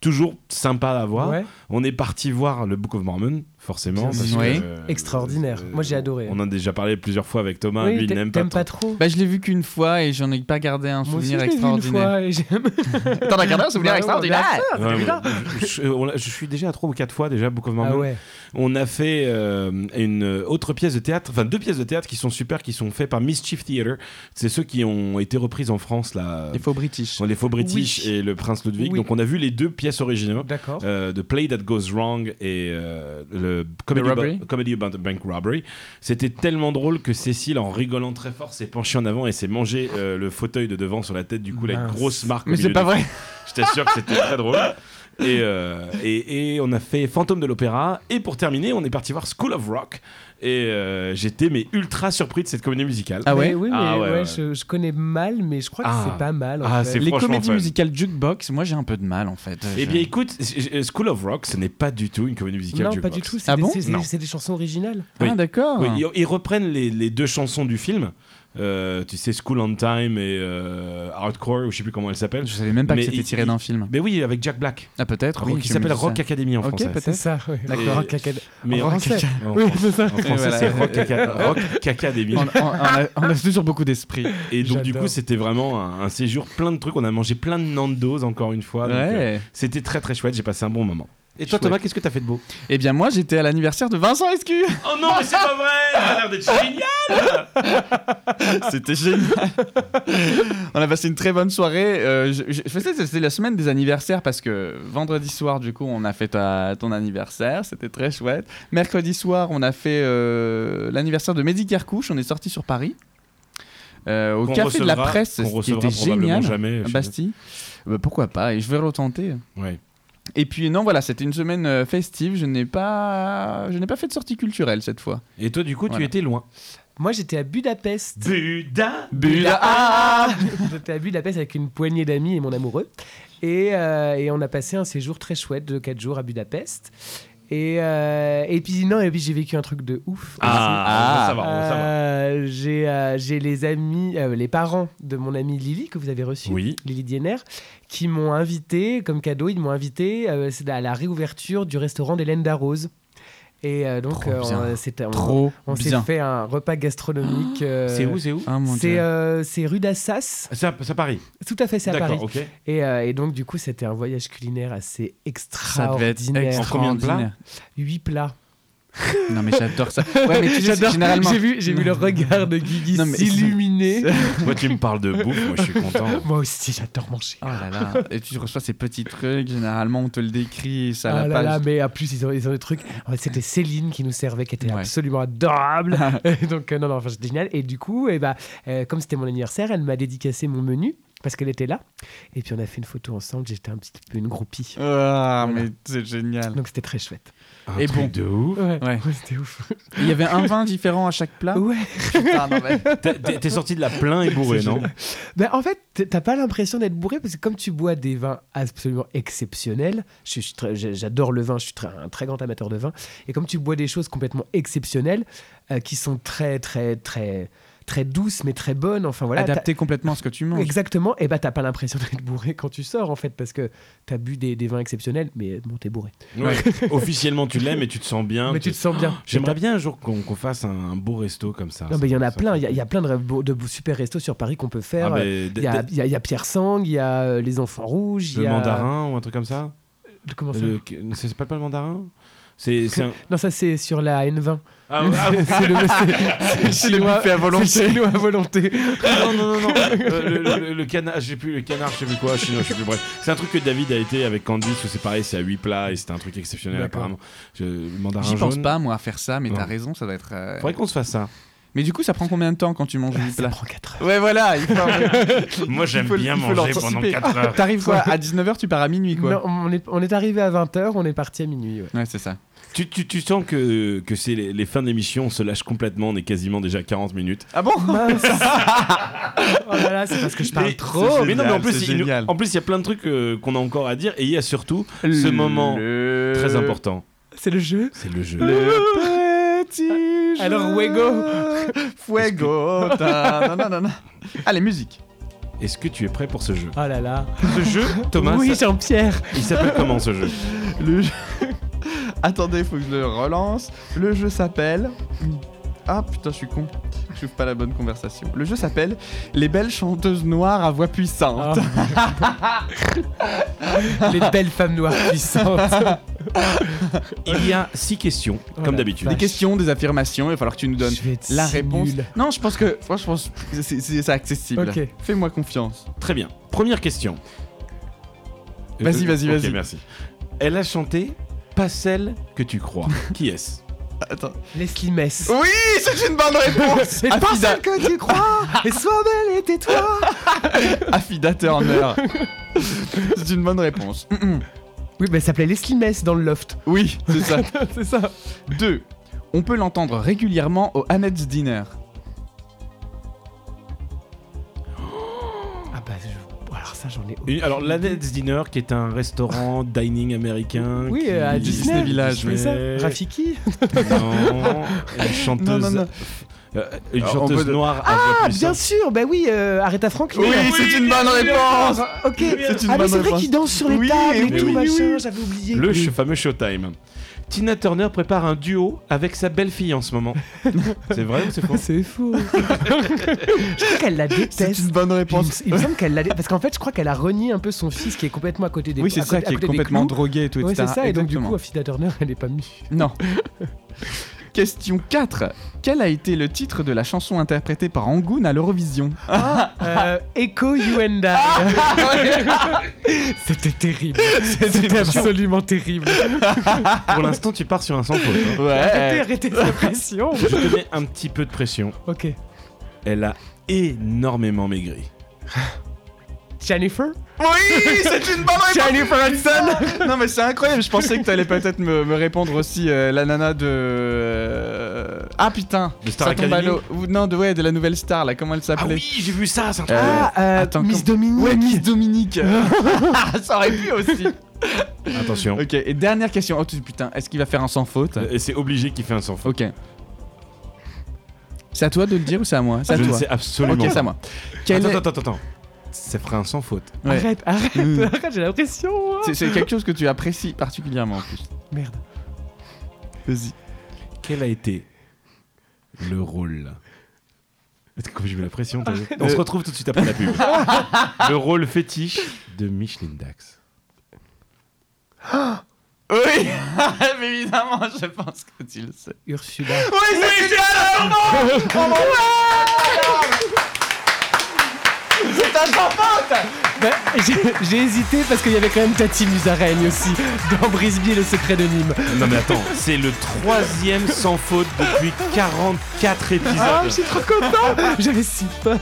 Speaker 2: toujours sympa à voir.
Speaker 3: Ouais.
Speaker 2: On est parti voir le Book of Mormon, forcément.
Speaker 3: Bien
Speaker 2: parce
Speaker 1: sûr.
Speaker 2: que,
Speaker 1: Oui.
Speaker 2: euh,
Speaker 3: Extraordinaire.
Speaker 2: euh,
Speaker 3: Moi, j'ai adoré. hein.
Speaker 2: On en a déjà parlé plusieurs fois avec Thomas.
Speaker 3: Oui,
Speaker 2: Lui, il
Speaker 3: t'a-
Speaker 2: n'aime pas.
Speaker 3: t'aimes
Speaker 2: trop.
Speaker 3: pas trop.
Speaker 1: Bah, je l'ai vu qu'une fois et j'en ai pas gardé
Speaker 3: Moi
Speaker 1: un
Speaker 3: aussi, je
Speaker 1: souvenir
Speaker 3: l'ai vu une
Speaker 1: extraordinaire.
Speaker 3: fois et j'ai-
Speaker 1: T'en as gardé un
Speaker 3: souvenir extraordinaire
Speaker 2: Ouais, je, je- on l'a- je suis déjà à trois ou quatre fois déjà Book of Mormon.
Speaker 3: Ah ouais.
Speaker 2: On a fait euh, une autre pièce de théâtre, enfin deux pièces de théâtre qui sont super, qui sont faites par Mischief Theater. C'est ceux qui ont été reprises en France là.
Speaker 1: Il faut british.
Speaker 2: sont Les faux british
Speaker 3: Oui.
Speaker 2: et le prince Ludwig.
Speaker 3: Oui.
Speaker 2: Donc on a vu les deux pièces originaux.
Speaker 3: D'accord.
Speaker 2: euh, The Play That Goes Wrong et euh, le Comedy, About-
Speaker 1: Robbery.
Speaker 2: Comedy About the Bank Robbery. C'était tellement drôle que Cécile, en rigolant très fort, s'est penchée en avant et s'est mangé euh, le fauteuil de devant sur la tête. Du coup, la
Speaker 3: Mince.
Speaker 2: grosse marque. au
Speaker 1: Mais c'est
Speaker 2: milieu
Speaker 1: pas
Speaker 2: du-
Speaker 1: vrai.
Speaker 2: Je t'assure que c'était très drôle. Et, euh, et, et on a fait Fantôme de l'Opéra. Et pour terminer, on est parti voir School of Rock. Et euh, j'étais mais ultra surpris de cette comédie musicale.
Speaker 1: Ah ouais
Speaker 3: Mais Oui, mais
Speaker 2: Ah ouais,
Speaker 3: ouais,
Speaker 2: ouais.
Speaker 3: Je, je connais mal, mais je crois que
Speaker 2: Ah.
Speaker 3: c'est pas mal. en
Speaker 2: Ah,
Speaker 3: fait.
Speaker 2: c'est
Speaker 1: Les
Speaker 2: franchement
Speaker 1: comédies
Speaker 2: fun.
Speaker 1: musicales jukebox, moi j'ai un peu de mal en fait.
Speaker 2: Eh
Speaker 1: Je-
Speaker 2: bien écoute, j- School of Rock, ce n'est pas du tout une comédie musicale.
Speaker 3: Non, pas
Speaker 2: jukebox.
Speaker 3: du tout. C'est
Speaker 1: Ah
Speaker 3: des-
Speaker 1: bon
Speaker 3: c'est-
Speaker 2: Non.
Speaker 3: c'est c'est des chansons originales.
Speaker 1: Ah
Speaker 2: oui.
Speaker 1: d'accord.
Speaker 2: Oui, ils, ils reprennent les, les deux chansons du film, Euh, tu sais, School on Time et euh, Hardcore, ou je sais plus comment elle s'appelle.
Speaker 1: Je savais même pas
Speaker 2: Mais
Speaker 1: que c'était
Speaker 2: il-
Speaker 1: tiré
Speaker 2: il-
Speaker 1: d'un film.
Speaker 2: Mais oui, avec Jack Black,
Speaker 1: Ah peut-être. oui,
Speaker 2: qui
Speaker 1: je me
Speaker 2: s'appelle
Speaker 1: dis ça.
Speaker 2: Rock Academy en
Speaker 1: Ok,
Speaker 2: français.
Speaker 1: peut-être.
Speaker 3: C'est ça, oui.
Speaker 2: D'accord.
Speaker 3: Rock Academy.
Speaker 2: Mais
Speaker 3: En
Speaker 2: Rock,
Speaker 3: français.
Speaker 2: en
Speaker 3: Oui,
Speaker 2: français-
Speaker 3: c'est ça.
Speaker 2: en français,
Speaker 1: Voilà.
Speaker 2: c'est Rock, Aca- Rock Academy.
Speaker 1: On, on- on a, on a toujours beaucoup d'esprit.
Speaker 2: Et donc, du
Speaker 3: J'adore.
Speaker 2: coup, c'était vraiment un, un séjour plein de trucs. On a mangé plein de Nandos encore une fois. donc, euh,
Speaker 1: ouais.
Speaker 2: C'était très très chouette. J'ai passé un bon moment. Et toi,
Speaker 1: Chouette.
Speaker 2: Thomas, qu'est-ce que t'as fait de beau
Speaker 1: Eh bien moi j'étais à l'anniversaire de Vincent Escu.
Speaker 2: Oh non, mais c'est pas vrai Ça a l'air d'être génial
Speaker 1: C'était génial. On a passé une très bonne soirée. Euh, je, je- je faisais, c'était la semaine des anniversaires parce que vendredi soir, du coup, on a fait ta- ton anniversaire. C'était très chouette. Mercredi soir, on a fait euh, l'anniversaire de Mehdi Kerkouche. On est sorti sur Paris. Euh, au
Speaker 2: Qu'on
Speaker 1: café de la
Speaker 2: recevra-
Speaker 1: presse,
Speaker 2: qu'on
Speaker 1: ce qui
Speaker 2: recevra
Speaker 1: était
Speaker 2: probablement
Speaker 1: génial. hein,
Speaker 2: jamais.
Speaker 1: À
Speaker 2: je sais
Speaker 1: Bastille. Euh, pourquoi pas Et je vais retenter. hein.
Speaker 2: pas. Ouais.
Speaker 1: Et puis non, voilà, c'était une semaine euh, festive. Je n'ai pas, je n'ai pas fait de sortie culturelle cette fois.
Speaker 2: Et toi, du coup, tu
Speaker 1: Voilà.
Speaker 2: étais loin.
Speaker 3: Moi, j'étais à Budapest.
Speaker 2: Buda
Speaker 3: J'étais à Budapest avec une poignée d'amis et mon amoureux. Et, euh, et on a passé un séjour très chouette de 4 jours à Budapest. Et, euh, et puis, non, et puis j'ai vécu un truc de ouf.
Speaker 2: Ah,
Speaker 1: Ah.
Speaker 2: ça va, ça va.
Speaker 3: Euh, j'ai euh, j'ai les amis, euh, les parents de mon amie Lily que vous avez reçu,
Speaker 2: Oui.
Speaker 3: Lily Diener, qui m'ont invité comme cadeau. Ils m'ont invité euh, c'est à la réouverture du restaurant d'Hélène Darroze. Et euh, donc,
Speaker 1: Trop
Speaker 3: euh,
Speaker 1: bien.
Speaker 3: on, c'était- on-
Speaker 1: Trop
Speaker 3: on s'est
Speaker 1: Oh, bien.
Speaker 3: fait un repas gastronomique. euh,
Speaker 2: C'est où, c'est où
Speaker 1: Ah, mon
Speaker 3: C'est
Speaker 1: Dieu.
Speaker 3: euh, c'est rue d'Assas.
Speaker 2: Ah, C'est à, c'est à Paris.
Speaker 3: Tout à fait, c'est à Paris.
Speaker 2: D'accord, ok.
Speaker 3: Et, euh, et donc, du coup, c'était un voyage culinaire assez
Speaker 1: Ça devait
Speaker 3: extraordinaire.
Speaker 1: être extraordinaire.
Speaker 3: Huit plats.
Speaker 1: Non mais j'adore ça. Ouais mais tu sais,
Speaker 3: J'adore.
Speaker 1: généralement.
Speaker 3: J'ai vu, j'ai vu le regard de Guigui
Speaker 1: Non, mais c'est-
Speaker 3: s'illuminer.
Speaker 2: Moi, tu me parles de bouffe, moi, je suis content.
Speaker 3: Moi aussi, j'adore manger.
Speaker 1: Oh là là. Et tu reçois ces petits trucs. Généralement on te le décrit. Ça
Speaker 3: Ah
Speaker 1: la
Speaker 3: là
Speaker 1: page.
Speaker 3: là, mais en plus, ils ont, ils ont des trucs. En fait, c'était Céline qui nous servait, qui était
Speaker 1: Ouais.
Speaker 3: absolument adorable. Et donc, euh, non, non, enfin, c'était génial. Et du coup, eh ben, euh, comme c'était mon anniversaire, elle m'a dédicacé mon menu parce qu'elle était là. Et puis, on a fait une photo ensemble. J'étais un petit peu une groupie.
Speaker 1: Ah mais c'est génial.
Speaker 3: Donc, c'était très chouette.
Speaker 2: Un
Speaker 1: Et
Speaker 2: truc de
Speaker 1: bon.
Speaker 2: ouf.
Speaker 3: Ouais,
Speaker 1: Ouais. Ah
Speaker 3: c'était ouf.
Speaker 1: Il y avait un vin différent à chaque plat.
Speaker 3: Ouais.
Speaker 1: Putain, non, mais-
Speaker 2: T'es- T'es t'es sorti de la plein et bourré,
Speaker 3: C'est
Speaker 2: non
Speaker 3: Ben, en fait, t- t'as pas l'impression d'être bourré parce que comme tu bois des vins absolument exceptionnels, je suis- je suis très- j'ai- j'adore le vin, je suis très- un très grand amateur de vin, et comme tu bois des choses complètement exceptionnelles euh, qui sont très très très très douces mais très bonnes, enfin voilà. t'as-
Speaker 1: Adapté complètement à ce que tu manges.
Speaker 3: Exactement, et bah t'as pas l'impression d'être bourré quand tu sors en fait parce que t'as bu des, des vins exceptionnels, mais bon t'es bourré.
Speaker 2: Ouais. Officiellement, tu l'aimes et tu te sens bien.
Speaker 3: mais tu te sens bien.
Speaker 2: J'aimerais bien un jour qu'on qu'on fasse un, un beau resto comme ça.
Speaker 3: Non mais il y en a
Speaker 2: Ça-
Speaker 3: plein,
Speaker 2: ça-
Speaker 3: il y a- il y, a plein de, re- de super restos sur Paris qu'on peut
Speaker 2: Ah,
Speaker 3: faire.
Speaker 2: mais
Speaker 3: Euh,
Speaker 2: d-
Speaker 3: Il y, a,
Speaker 2: d-
Speaker 3: il y a- il y a Pierre Sang, il y a euh, les enfants rouges, il
Speaker 2: le
Speaker 3: y a
Speaker 2: mandarin ou un truc comme ça
Speaker 3: Comment ça
Speaker 2: Le- que- Ça s'appelle pas le mandarin C'est c'est un.
Speaker 3: Non, ça c'est sur la N20.
Speaker 2: Ah, ouais, ah,
Speaker 3: c'est le, c'est- c'est chinois-
Speaker 1: buffet à volonté.
Speaker 3: c'est chinois à volonté.
Speaker 2: non, non, non, non. Euh, le, le- le canard, j'ai plus le canard, je sais plus quoi, chinois, je sais plus bref. C'est un truc que David a été avec Candice où c'est pareil, c'est à 8 plats et c'était un truc exceptionnel
Speaker 3: D'accord.
Speaker 2: apparemment. Je, le mandarin
Speaker 1: J'y pense
Speaker 2: jaune.
Speaker 1: pas moi à faire ça, mais
Speaker 2: Non.
Speaker 1: t'as raison, ça doit être. euh,
Speaker 2: Faudrait qu'on se fasse ça.
Speaker 1: Mais du coup, ça prend combien de temps quand tu manges
Speaker 3: Ah,
Speaker 1: une
Speaker 3: ça
Speaker 1: plat
Speaker 3: prend 4 heures.
Speaker 1: Ouais, voilà. il faut-
Speaker 2: Moi, j'aime
Speaker 1: il faut-
Speaker 2: bien
Speaker 1: il faut
Speaker 2: manger pendant
Speaker 1: l'anticiper.
Speaker 2: 4 heures.
Speaker 1: T'arrives quoi À 19h, tu pars à minuit, quoi.
Speaker 3: Non, on est, on est arrivé à 20h, on est parti à minuit. ouais.
Speaker 1: Ouais, c'est ça.
Speaker 2: Tu, tu, tu sens que, que c'est les, les fins d'émission, on se lâche complètement, on est quasiment déjà à 40 minutes.
Speaker 1: Ah bon
Speaker 3: Mince Oh là là, c'est parce que je parle
Speaker 2: Mais-
Speaker 3: trop
Speaker 2: Mais non, mais en
Speaker 1: génial,
Speaker 2: plus,
Speaker 1: c'est
Speaker 2: il,
Speaker 1: génial.
Speaker 2: en plus, il y a plein de trucs euh, qu'on a encore à dire et il y a surtout ce moment très important.
Speaker 3: C'est le jeu
Speaker 2: C'est Euh, le jeu.
Speaker 1: Le petit jeu.
Speaker 3: Alors, Wego.
Speaker 1: Fuego ta- nanana. Allez, musique
Speaker 2: Est-ce que tu es prêt pour ce jeu
Speaker 3: Oh là là
Speaker 2: Ce jeu, Thomas,
Speaker 3: Oui,
Speaker 2: ça-
Speaker 3: Jean-Pierre
Speaker 2: il s'appelle comment ce jeu
Speaker 1: Le jeu... Attendez, faut que je le relance. Le jeu s'appelle... Ah putain, je suis con. Je trouve pas la bonne conversation. Le jeu s'appelle Les belles chanteuses noires à voix puissante.
Speaker 3: Oh. Les belles femmes noires puissantes
Speaker 2: Il y a six questions,
Speaker 3: Oh
Speaker 2: comme
Speaker 3: la
Speaker 2: d'habitude.
Speaker 1: Des questions, des affirmations, il va falloir que tu nous donnes
Speaker 3: Je vais être
Speaker 1: la
Speaker 3: si
Speaker 1: réponse.
Speaker 3: nul.
Speaker 1: Non, je pense que franchement, je pense que c'est- c'est c'est accessible.
Speaker 3: Ok.
Speaker 1: Fais-moi confiance.
Speaker 2: Très bien. Première question. Euh,
Speaker 1: Vas-y, vas-y,
Speaker 2: Ok,
Speaker 1: vas-y.
Speaker 2: merci. Elle a chanté Pas celle que tu crois. Qui est-ce
Speaker 1: Attends.
Speaker 3: Leslie Mess
Speaker 1: Oui, c'est une bonne réponse.
Speaker 3: C'est
Speaker 1: Affida-
Speaker 3: pas ça que tu crois Et sois belle et tais-toi
Speaker 1: Affida Turner. c'est une bonne réponse. Mm-mm.
Speaker 3: Oui, mais elle s'appelait Leslie Mess dans le loft.
Speaker 1: Oui, c'est ça.
Speaker 3: c'est ça.
Speaker 1: 2. On peut l'entendre régulièrement au Annette's Dinner.
Speaker 3: Ah bah, je- alors ça, j'en ai aucune.
Speaker 2: Une- Alors, l'Annette's Dinner, qui est un restaurant dining américain.
Speaker 3: Oui, euh,
Speaker 2: qui-
Speaker 3: à Disney,
Speaker 1: Disney Village,
Speaker 3: mais ça.
Speaker 2: mais-
Speaker 3: Rafiki
Speaker 2: Non, une chanteuse.
Speaker 1: Non, non, non.
Speaker 2: Euh, une
Speaker 1: Alors, on
Speaker 2: chanteuse
Speaker 1: peut-
Speaker 2: noire à voix
Speaker 3: Ah, bien
Speaker 2: puissante.
Speaker 3: sûr Bah oui, euh, Aretha Franklin
Speaker 1: Oui, c'est une bonne réponse.
Speaker 3: Ok.
Speaker 1: C'est une
Speaker 3: Ah, mais
Speaker 1: bonne
Speaker 3: c'est vrai
Speaker 1: réponse.
Speaker 3: qu'il danse sur les
Speaker 1: Oui,
Speaker 3: tables et
Speaker 1: oui,
Speaker 3: tout,
Speaker 2: oui,
Speaker 3: machin,
Speaker 1: oui.
Speaker 3: j'avais oublié.
Speaker 2: Le ch- fameux Showtime. Tina Turner prépare un duo avec sa belle-fille en ce moment. c'est vrai ou c'est faux
Speaker 3: C'est faux. je crois qu'elle la
Speaker 1: C'est
Speaker 3: déteste.
Speaker 1: une bonne
Speaker 3: Il me,
Speaker 1: réponse.
Speaker 3: il me semble qu'elle l'a dé- parce qu'en fait, je crois qu'elle a renié un peu son fils qui est complètement à côté des
Speaker 1: Oui, c'est
Speaker 3: à
Speaker 1: ça
Speaker 3: côté- à
Speaker 1: qui est
Speaker 3: côté des
Speaker 1: complètement
Speaker 3: clous.
Speaker 1: drogué et tout,
Speaker 3: Ouais,
Speaker 1: etc.
Speaker 3: c'est ça, et donc du
Speaker 1: Exactement.
Speaker 3: coup, Afida Turner, elle est pas mieux.
Speaker 1: Non. Question 4. Quel a été le titre de la chanson interprétée par Angoon à l'Eurovision Ah.
Speaker 3: Euh, Echo You and I. C'était terrible. C'était absolument terrible.
Speaker 2: Pour l'instant, tu pars sur un sans faute. hein.
Speaker 3: Arrêtez,
Speaker 1: Ouais.
Speaker 3: arrêtez cette pression.
Speaker 2: Je te mets un petit peu de pression.
Speaker 3: Ok.
Speaker 2: Elle a énormément maigri.
Speaker 3: Jennifer
Speaker 1: Oui, c'est une bonne
Speaker 3: Jennifer Hudson
Speaker 1: Non mais c'est incroyable, je pensais que t'allais peut-être me, me répondre aussi euh, la nana de... euh, Ah putain
Speaker 2: De Star
Speaker 1: ça tombe à
Speaker 2: Academy
Speaker 1: l'eau. Ou- Non, de, ouais, de la nouvelle star là, comment elle
Speaker 2: Ah
Speaker 1: s'appelait
Speaker 2: oui, j'ai vu ça, c'est un truc.
Speaker 1: Euh,
Speaker 3: Ah, euh,
Speaker 1: attends,
Speaker 3: Miss Dominique.
Speaker 1: Ouais, Miss Dominique Ça aurait pu aussi
Speaker 2: Attention.
Speaker 1: Ok, et dernière question. Oh tu- putain, est-ce qu'il va faire un sans faute
Speaker 2: Et c'est obligé qu'il fait un sans faute.
Speaker 1: Ok. C'est à toi de le dire ou c'est à moi C'est à
Speaker 2: Je ne
Speaker 1: toi.
Speaker 2: sais absolument
Speaker 1: Ok,
Speaker 2: pas.
Speaker 1: c'est à moi. Quel
Speaker 2: attends,
Speaker 1: est-
Speaker 2: attends, attends, attends. Ça ferait un sans faute.
Speaker 1: Ouais.
Speaker 3: Arrête, arrête,
Speaker 1: Mm.
Speaker 3: arrête, j'ai la pression.
Speaker 1: C'est- C'est quelque chose que tu apprécies particulièrement en plus.
Speaker 3: Merde.
Speaker 1: Vas-y.
Speaker 2: Quel a été le rôle Comme j'ai mis la pression, t'as vu. On se retrouve tout de suite après la pub. le rôle fétiche de Micheline Dax.
Speaker 1: Oui Évidemment, je pense que tu le sais.
Speaker 3: Ursula.
Speaker 1: Oui, c'est une bonne réponse Oh mon Dieu C'est un sans faute
Speaker 3: Bah, j'ai- J'ai hésité parce qu'il y avait quand même Tati Musaraigne aussi dans Brisby et le secret de Nîmes.
Speaker 2: Non mais attends, c'est le troisième sans faute depuis
Speaker 3: Ah,
Speaker 2: 44
Speaker 3: je
Speaker 2: épisodes.
Speaker 3: suis trop content J'avais si peur.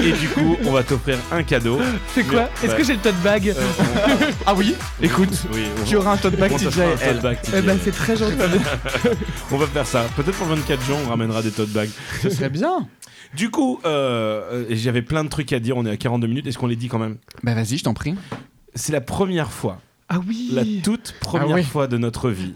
Speaker 2: Et du coup, on va t'offrir un cadeau.
Speaker 3: C'est quoi
Speaker 2: Ouais.
Speaker 3: Est-ce que j'ai le tote bag
Speaker 2: Euh, on-
Speaker 1: Ah oui Écoute,
Speaker 2: oui, on-
Speaker 1: tu auras un tote bag
Speaker 2: on
Speaker 1: TJ.
Speaker 2: t'offrira un tote bag,
Speaker 3: Eh ben,
Speaker 2: TJ.
Speaker 3: c'est très gentil.
Speaker 2: On va faire ça. Peut-être pour 24 jours, on ramènera des tote bags.
Speaker 1: Ce serait bien.
Speaker 2: Du coup, euh, euh, j'avais plein de trucs à dire. On est à 42 minutes. Est-ce qu'on les dit quand même
Speaker 1: Bah vas-y, je t'en prie.
Speaker 2: C'est la première fois,
Speaker 3: Ah oui
Speaker 2: la toute première
Speaker 1: Ah oui.
Speaker 2: fois de notre vie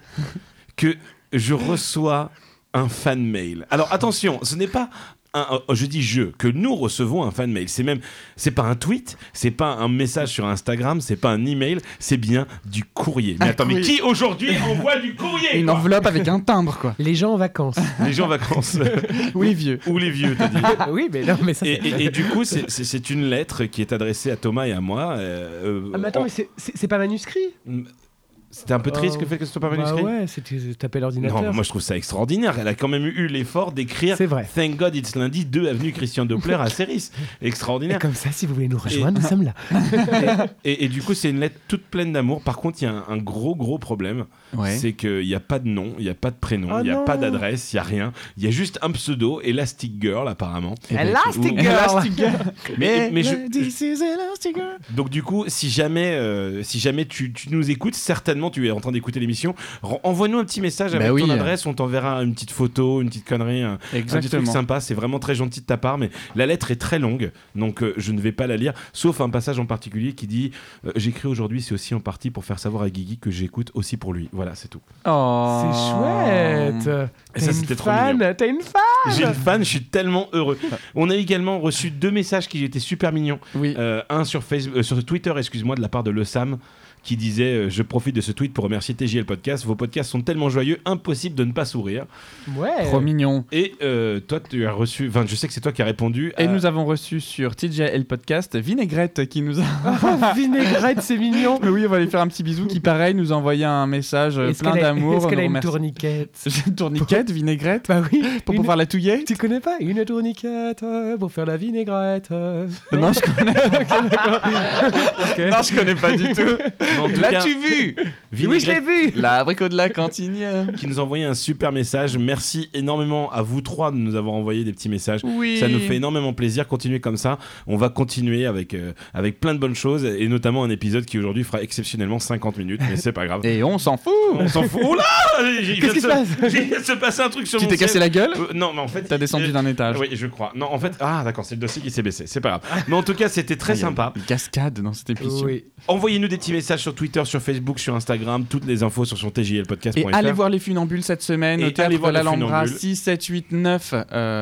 Speaker 2: que je reçois un fan mail. Alors attention, ce n'est pas un, euh, je dis je que nous recevons un fan mail. C'est même, c'est pas un tweet, c'est pas un message sur Instagram, c'est pas un email, c'est bien du courrier. Mais
Speaker 1: Un
Speaker 2: attends, mais
Speaker 1: courrier.
Speaker 2: qui aujourd'hui envoie du courrier
Speaker 1: Une
Speaker 2: quoi
Speaker 1: enveloppe avec un timbre, quoi.
Speaker 3: Les gens en vacances.
Speaker 2: Les gens en vacances
Speaker 1: Ou les vieux.
Speaker 2: ou les vieux, t'as dit.
Speaker 3: oui, mais non, mais ça.
Speaker 2: Et,
Speaker 3: c'est-
Speaker 2: et- et du coup, c'est- c'est c'est une lettre qui est adressée à Thomas et à moi. euh, euh,
Speaker 3: Ah, mais attends,
Speaker 2: en-
Speaker 3: mais c'est- c'est c'est pas manuscrit
Speaker 2: C'était un peu triste
Speaker 3: Euh,
Speaker 2: que le fait que ce soit pas
Speaker 3: Bah
Speaker 2: manuscrit.
Speaker 3: ouais, c'était taper
Speaker 2: Non, mais
Speaker 3: l'ordinateur.
Speaker 2: moi je trouve ça extraordinaire. Elle a quand même eu l'effort d'écrire
Speaker 3: C'est vrai.
Speaker 2: Thank God It's Lundi 2 Avenue Christian Doppler à Céris.
Speaker 3: Et
Speaker 2: Extraordinaire.
Speaker 3: comme ça, si vous voulez nous rejoindre, nous sommes là.
Speaker 2: Et, et du coup, c'est une lettre toute pleine d'amour. Par contre, il y a un, un gros, gros problème. C'est qu'il n'y a pas de nom, il n'y a pas de prénom, il
Speaker 3: Oh
Speaker 2: n'y a
Speaker 3: non.
Speaker 2: pas d'adresse, il n'y a rien. Il y a juste un pseudo, Elastic Girl apparemment.
Speaker 3: Elastic
Speaker 2: Ou-
Speaker 3: Girl Eh,
Speaker 2: Mais, mais je-
Speaker 1: This is Elastic Girl.
Speaker 2: donc du coup, si jamais, euh, si jamais tu, tu nous écoutes, certainement tu es en train d'écouter l'émission, ren- envoie-nous un petit message
Speaker 1: Bah
Speaker 2: avec ton
Speaker 1: oui.
Speaker 2: adresse, on t'enverra une petite photo, une petite connerie, un, un petit truc
Speaker 1: Exactement.
Speaker 2: sympa. C'est vraiment très gentil de ta part, mais la lettre est très longue, donc euh, je ne vais pas la lire, sauf un passage en particulier qui dit euh, J'écris aujourd'hui, c'est aussi en partie pour faire savoir à Guigui que j'écoute aussi pour lui. Voilà, c'est tout.
Speaker 1: Oh.
Speaker 3: C'est chouette.
Speaker 2: Et
Speaker 3: T'as
Speaker 2: ça,
Speaker 3: une
Speaker 2: c'était trop
Speaker 3: fan,
Speaker 2: mignon.
Speaker 3: T'as une fan
Speaker 2: J'ai une fan, je suis tellement heureux. On a également reçu deux messages qui étaient super mignons.
Speaker 1: Oui.
Speaker 2: Euh, un sur, Facebook, euh, sur Twitter, excuse-moi, de la part de Le Sam, qui disait euh, Je profite de ce tweet pour remercier TJL Podcast. Vos podcasts sont tellement joyeux, impossible de ne pas sourire.
Speaker 3: Ouais.
Speaker 1: Trop mignon.
Speaker 2: Et euh, toi, tu as reçu. Enfin, je sais que c'est toi qui as répondu.
Speaker 1: Et
Speaker 2: à-
Speaker 1: nous avons reçu sur TJL Podcast Vinaigrette qui nous a.
Speaker 3: Oh, Vinaigrette, c'est mignon.
Speaker 1: Mais oui, on va lui faire un petit bisou qui, pareil, nous a envoyé un message euh,
Speaker 3: Est-ce
Speaker 1: plein
Speaker 3: qu'elle a-
Speaker 1: d'amour.
Speaker 3: Est-ce
Speaker 1: on
Speaker 3: qu'elle
Speaker 1: nous
Speaker 3: a une
Speaker 1: remercie.
Speaker 3: tourniquette
Speaker 1: Tourniquette, vinaigrette,
Speaker 3: Bah oui.
Speaker 1: pour
Speaker 3: une-
Speaker 1: pouvoir la touiller
Speaker 3: Tu connais pas une tourniquette euh, pour faire la vinaigrette euh.
Speaker 1: Non, je connais,
Speaker 3: Ok.
Speaker 1: non, je connais pas du tout.
Speaker 2: En tout cas,
Speaker 1: L'as-tu vu
Speaker 3: Oui, je l'ai
Speaker 2: Vinaigrette,
Speaker 3: vu.
Speaker 1: L'abricot de la cantine.
Speaker 2: qui nous a envoyé un super message. Merci énormément à vous trois de nous avoir envoyé des petits messages.
Speaker 1: Oui.
Speaker 2: Ça nous fait énormément plaisir. Continuez comme ça. On va continuer avec, euh, avec plein de bonnes choses et notamment un épisode qui aujourd'hui fera exceptionnellement 50 minutes, mais c'est pas grave.
Speaker 1: Et on s'en fout.
Speaker 2: On s'en fout. Oula Il vient
Speaker 3: Qu'est-ce
Speaker 2: de
Speaker 3: qui se passe
Speaker 2: Il vient de se passer un truc sur
Speaker 1: Tu
Speaker 2: mon
Speaker 1: t'es cassé
Speaker 2: ciel.
Speaker 1: la gueule
Speaker 2: Euh, Non, mais en fait.
Speaker 1: T'as descendu
Speaker 2: euh,
Speaker 1: d'un étage.
Speaker 2: Oui, je crois. Non, en fait. Ah, d'accord, c'est le dossier qui s'est baissé. C'est pas grave. Mais en tout cas, c'était très
Speaker 1: Il y a
Speaker 2: sympa.
Speaker 1: Une cascade dans cette émission.
Speaker 3: Oui.
Speaker 2: Envoyez-nous des petits messages sur Twitter, sur Facebook, sur Instagram. Toutes les infos sur son TJLpodcast.fr.
Speaker 1: Et allez voir les funambules cette semaine
Speaker 2: Et
Speaker 1: au théâtre
Speaker 2: allez
Speaker 1: de
Speaker 2: voir les
Speaker 1: l'Alhambra
Speaker 2: Funambules.
Speaker 1: 6, 7, 8, 9.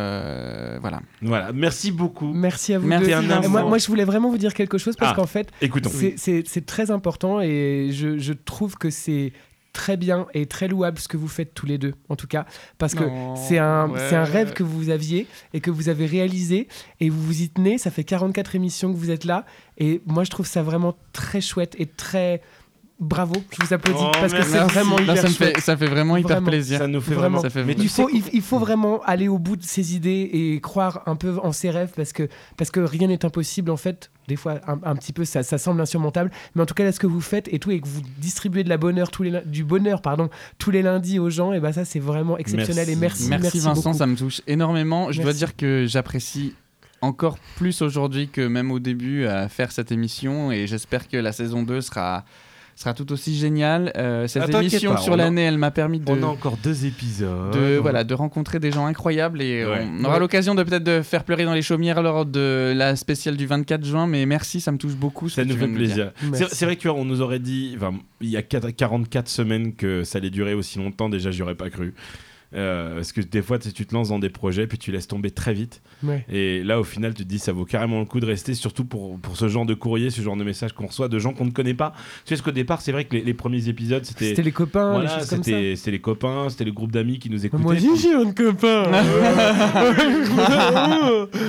Speaker 1: euh, voilà.
Speaker 2: Voilà. Merci beaucoup.
Speaker 3: Merci à vous
Speaker 1: Merci
Speaker 3: deux.
Speaker 1: un
Speaker 3: Et moi,
Speaker 2: instant.
Speaker 3: moi, je voulais vraiment vous dire quelque chose parce
Speaker 2: Ah.
Speaker 3: qu'en fait,
Speaker 2: Écoutons.
Speaker 3: c'est- c'est c'est très important et je, je trouve que c'est très bien et très louable ce que vous faites tous les deux, en tout cas, parce que
Speaker 1: Non,
Speaker 3: c'est un,
Speaker 1: ouais.
Speaker 3: c'est un rêve que vous aviez et que vous avez réalisé et vous vous y tenez. Ça fait 44 émissions que vous êtes là et moi je trouve ça vraiment très chouette et très bravo. Je vous applaudis
Speaker 2: Oh,
Speaker 3: parce que
Speaker 2: merci.
Speaker 3: c'est vraiment
Speaker 1: Non,
Speaker 3: hyper
Speaker 1: ça, me
Speaker 3: chouette.
Speaker 1: fait, ça fait vraiment hyper
Speaker 3: Vraiment.
Speaker 1: plaisir.
Speaker 2: Ça nous fait
Speaker 3: Vraiment.
Speaker 2: vraiment.
Speaker 1: Ça fait-
Speaker 2: Mais tu
Speaker 3: Il
Speaker 2: sais.
Speaker 3: faut, il, il faut vraiment aller au bout de ses idées et croire un peu en ses rêves parce que, parce que rien n'est impossible en fait. Des fois, un, un petit peu, ça, ça semble insurmontable. Mais en tout cas, là, ce que vous faites et tout, et que vous distribuez de la bonheur tous les, lin- du bonheur pardon, tous les lundis aux gens, et ben ça, c'est vraiment exceptionnel.
Speaker 2: Merci.
Speaker 3: Et merci,
Speaker 1: Merci, Vincent,
Speaker 3: beaucoup.
Speaker 1: ça me touche énormément. Je dois
Speaker 3: Merci.
Speaker 1: dire que j'apprécie encore plus aujourd'hui que même au début à faire cette émission et j'espère que la saison 2 sera, sera tout aussi géniale. Euh, cette
Speaker 2: Ah, t'inquiète
Speaker 1: émission
Speaker 2: pas, on
Speaker 1: sur
Speaker 2: a-
Speaker 1: l'année, elle m'a permis de,
Speaker 2: On a encore deux épisodes.
Speaker 1: de, voilà, de rencontrer des gens incroyables et
Speaker 2: Ouais.
Speaker 1: on aura
Speaker 3: Ouais.
Speaker 1: l'occasion de peut-être de faire pleurer dans les chaumières lors de la spéciale du 24 juin. Mais merci, ça me touche beaucoup. ce
Speaker 2: Ça
Speaker 1: que
Speaker 2: nous
Speaker 1: tu viens
Speaker 2: fait
Speaker 1: de me dire.
Speaker 2: plaisir.
Speaker 3: Merci.
Speaker 2: C'est c'est vrai qu'on nous aurait dit, enfin, il y a quatre- 44 semaines que ça allait durer aussi longtemps, déjà j'y aurais pas cru. Euh, parce que des fois tu tu te lances dans des projets puis tu laisses tomber très vite
Speaker 3: Ouais.
Speaker 2: et là au final tu te dis ça vaut carrément le coup de rester surtout pour, pour ce genre de courrier ce genre de message qu'on reçoit de gens qu'on ne connaît pas tu sais parce qu'au départ c'est vrai que les, les premiers épisodes c'était
Speaker 3: C'était les copains,
Speaker 2: voilà,
Speaker 3: les choses comme ça.
Speaker 2: c'était c'était les copains c'était le groupe d'amis qui nous écoutaient
Speaker 3: Moi, j'ai j'ai un copain.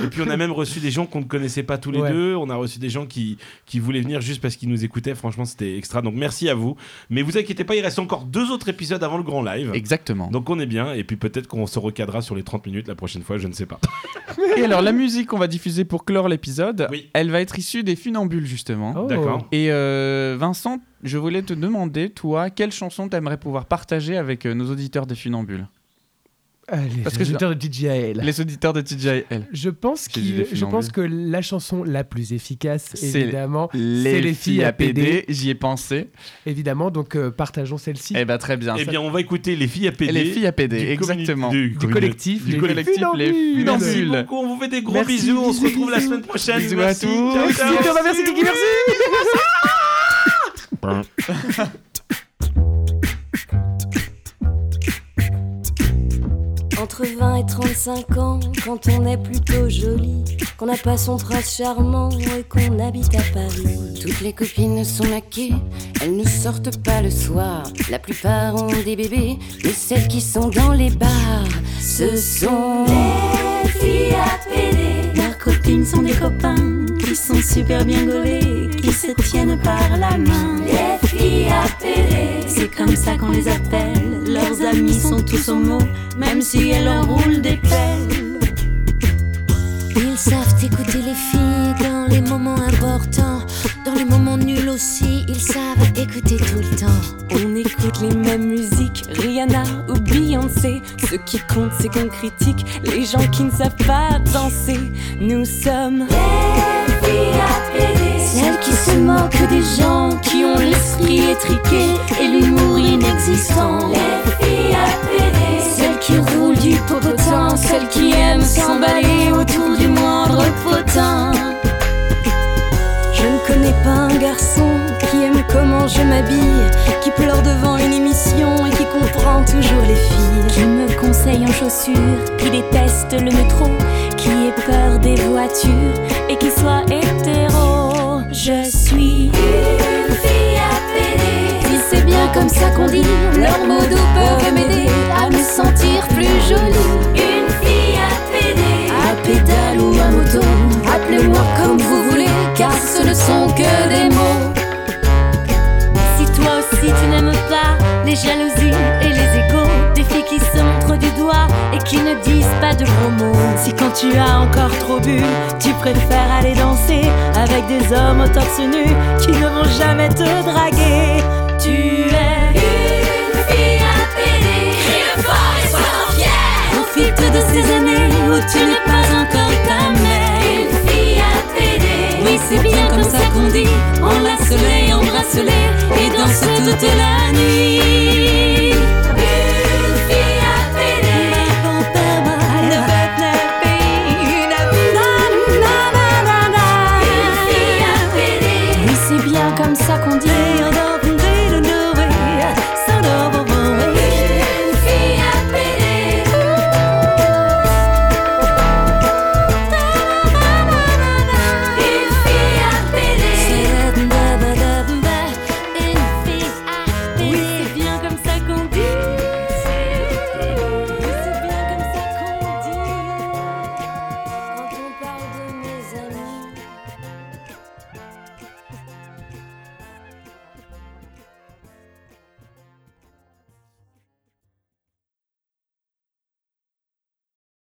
Speaker 2: Et puis on a même reçu des gens qu'on ne connaissait pas tous les
Speaker 3: Ouais.
Speaker 2: deux. On a reçu des gens qui, qui voulaient venir juste parce qu'ils nous écoutaient. Franchement, c'était extra. Donc merci à vous. Mais vous inquiétez pas, il reste encore deux autres épisodes avant le grand live.
Speaker 1: Exactement.
Speaker 2: Donc on est bien. Et puis peut-être qu'on se recadrera sur les 30 minutes la prochaine fois. Je ne sais pas.
Speaker 1: Et alors, la musique qu'on va diffuser pour clore l'épisode,
Speaker 2: Oui.
Speaker 1: elle va être issue des funambules justement.
Speaker 3: Oh.
Speaker 2: D'accord.
Speaker 1: Et euh, Vincent, je voulais te demander, toi, quelle chanson t'aimerais pouvoir partager avec euh, nos auditeurs des Funambules
Speaker 3: Allez,
Speaker 1: Parce que je-
Speaker 3: auditeurs de DJL.
Speaker 1: Les auditeurs de TJL.
Speaker 3: Je pense,
Speaker 1: J'ai dit
Speaker 3: qu'il-
Speaker 1: les
Speaker 3: je
Speaker 1: funambules.
Speaker 3: pense que la chanson la plus efficace,
Speaker 1: C'est-
Speaker 3: évidemment,
Speaker 1: Les,
Speaker 3: les
Speaker 1: filles à PD, j'y ai pensé.
Speaker 3: évidemment, donc euh, partageons celle-ci.
Speaker 1: Eh bah très bien.
Speaker 2: Eh
Speaker 1: Ça-
Speaker 2: bien, on va écouter les filles à PD.
Speaker 1: les filles à PD,
Speaker 2: du
Speaker 1: exactement.
Speaker 2: communi-
Speaker 3: du collectif,
Speaker 2: du
Speaker 3: les
Speaker 1: collectif, les
Speaker 3: Funambules.
Speaker 2: Merci
Speaker 1: Funambules.
Speaker 2: beaucoup. On vous fait des gros
Speaker 3: Merci,
Speaker 2: bisous. On se
Speaker 3: bisous,
Speaker 2: retrouve la
Speaker 3: bisous.
Speaker 2: semaine prochaine.
Speaker 1: Bisous à
Speaker 2: merci.
Speaker 1: tous.
Speaker 2: Ciao, ciao.
Speaker 3: Merci Thomas, merci Kiki, merci.
Speaker 4: Entre 20 et 35 ans, quand on est plutôt joli, qu'on n'a pas son prince charmant et qu'on habite à Paris.
Speaker 5: Toutes les copines sont maquées, elles ne sortent pas le soir. La plupart ont des bébés, mais celles qui sont dans les bars, ce sont
Speaker 4: Les filles à pédé, leurs copines sont des copains qui sont super bien gaulées, qui se tiennent par la main. Les filles appelées, c'est comme ça qu'on les appelle. Leurs amis sont tous mots, même si elles enroulent des pelles. Ils savent écouter les filles dans les moments importants. Dans les moments nuls aussi, ils savent écouter tout le temps. On écoute les mêmes musiques, Rihanna ou Beyoncé. Ce qui compte, c'est qu'on critique les gens qui ne savent pas danser. Nous sommes les celles qui se moquent des gens qui ont l'esprit étriqué et l'humour inexistant. Les celles qui roulent du popotin, celles qui aiment s'emballer autour du moindre potin. Je ne connais pas un garçon qui aime comment je m'habille, qui pleure devant une émission et qui comprend toujours les filles. Qui me conseille en chaussures, qui déteste le métro, qui ait peur des voitures et qui soit hétéro. Je suis une fille à Si c'est bien comme ça qu'on dit, leurs mots doux peuvent m'aider à me sentir plus jolie. Une fille à à pédale ou à moto, appelez-moi comme vous voulez, car ce ne sont que des mots. Si toi aussi tu n'aimes pas les jalousies et les égaux des filles qui s'entrent du doigt et qui ne disent pas de gros mots. Si quand tu as encore trop bu, tu préfères aller danser avec des hommes au torse nu qui ne vont jamais te draguer. Tu es une fille impédée, crie fort et sois fière. Profite de ces années où tu n'es pas encore ta mère. Une fille impédée, oui c'est bien comme ça qu'on dit. Enlace-les, embrasse-les et danse toute la nuit.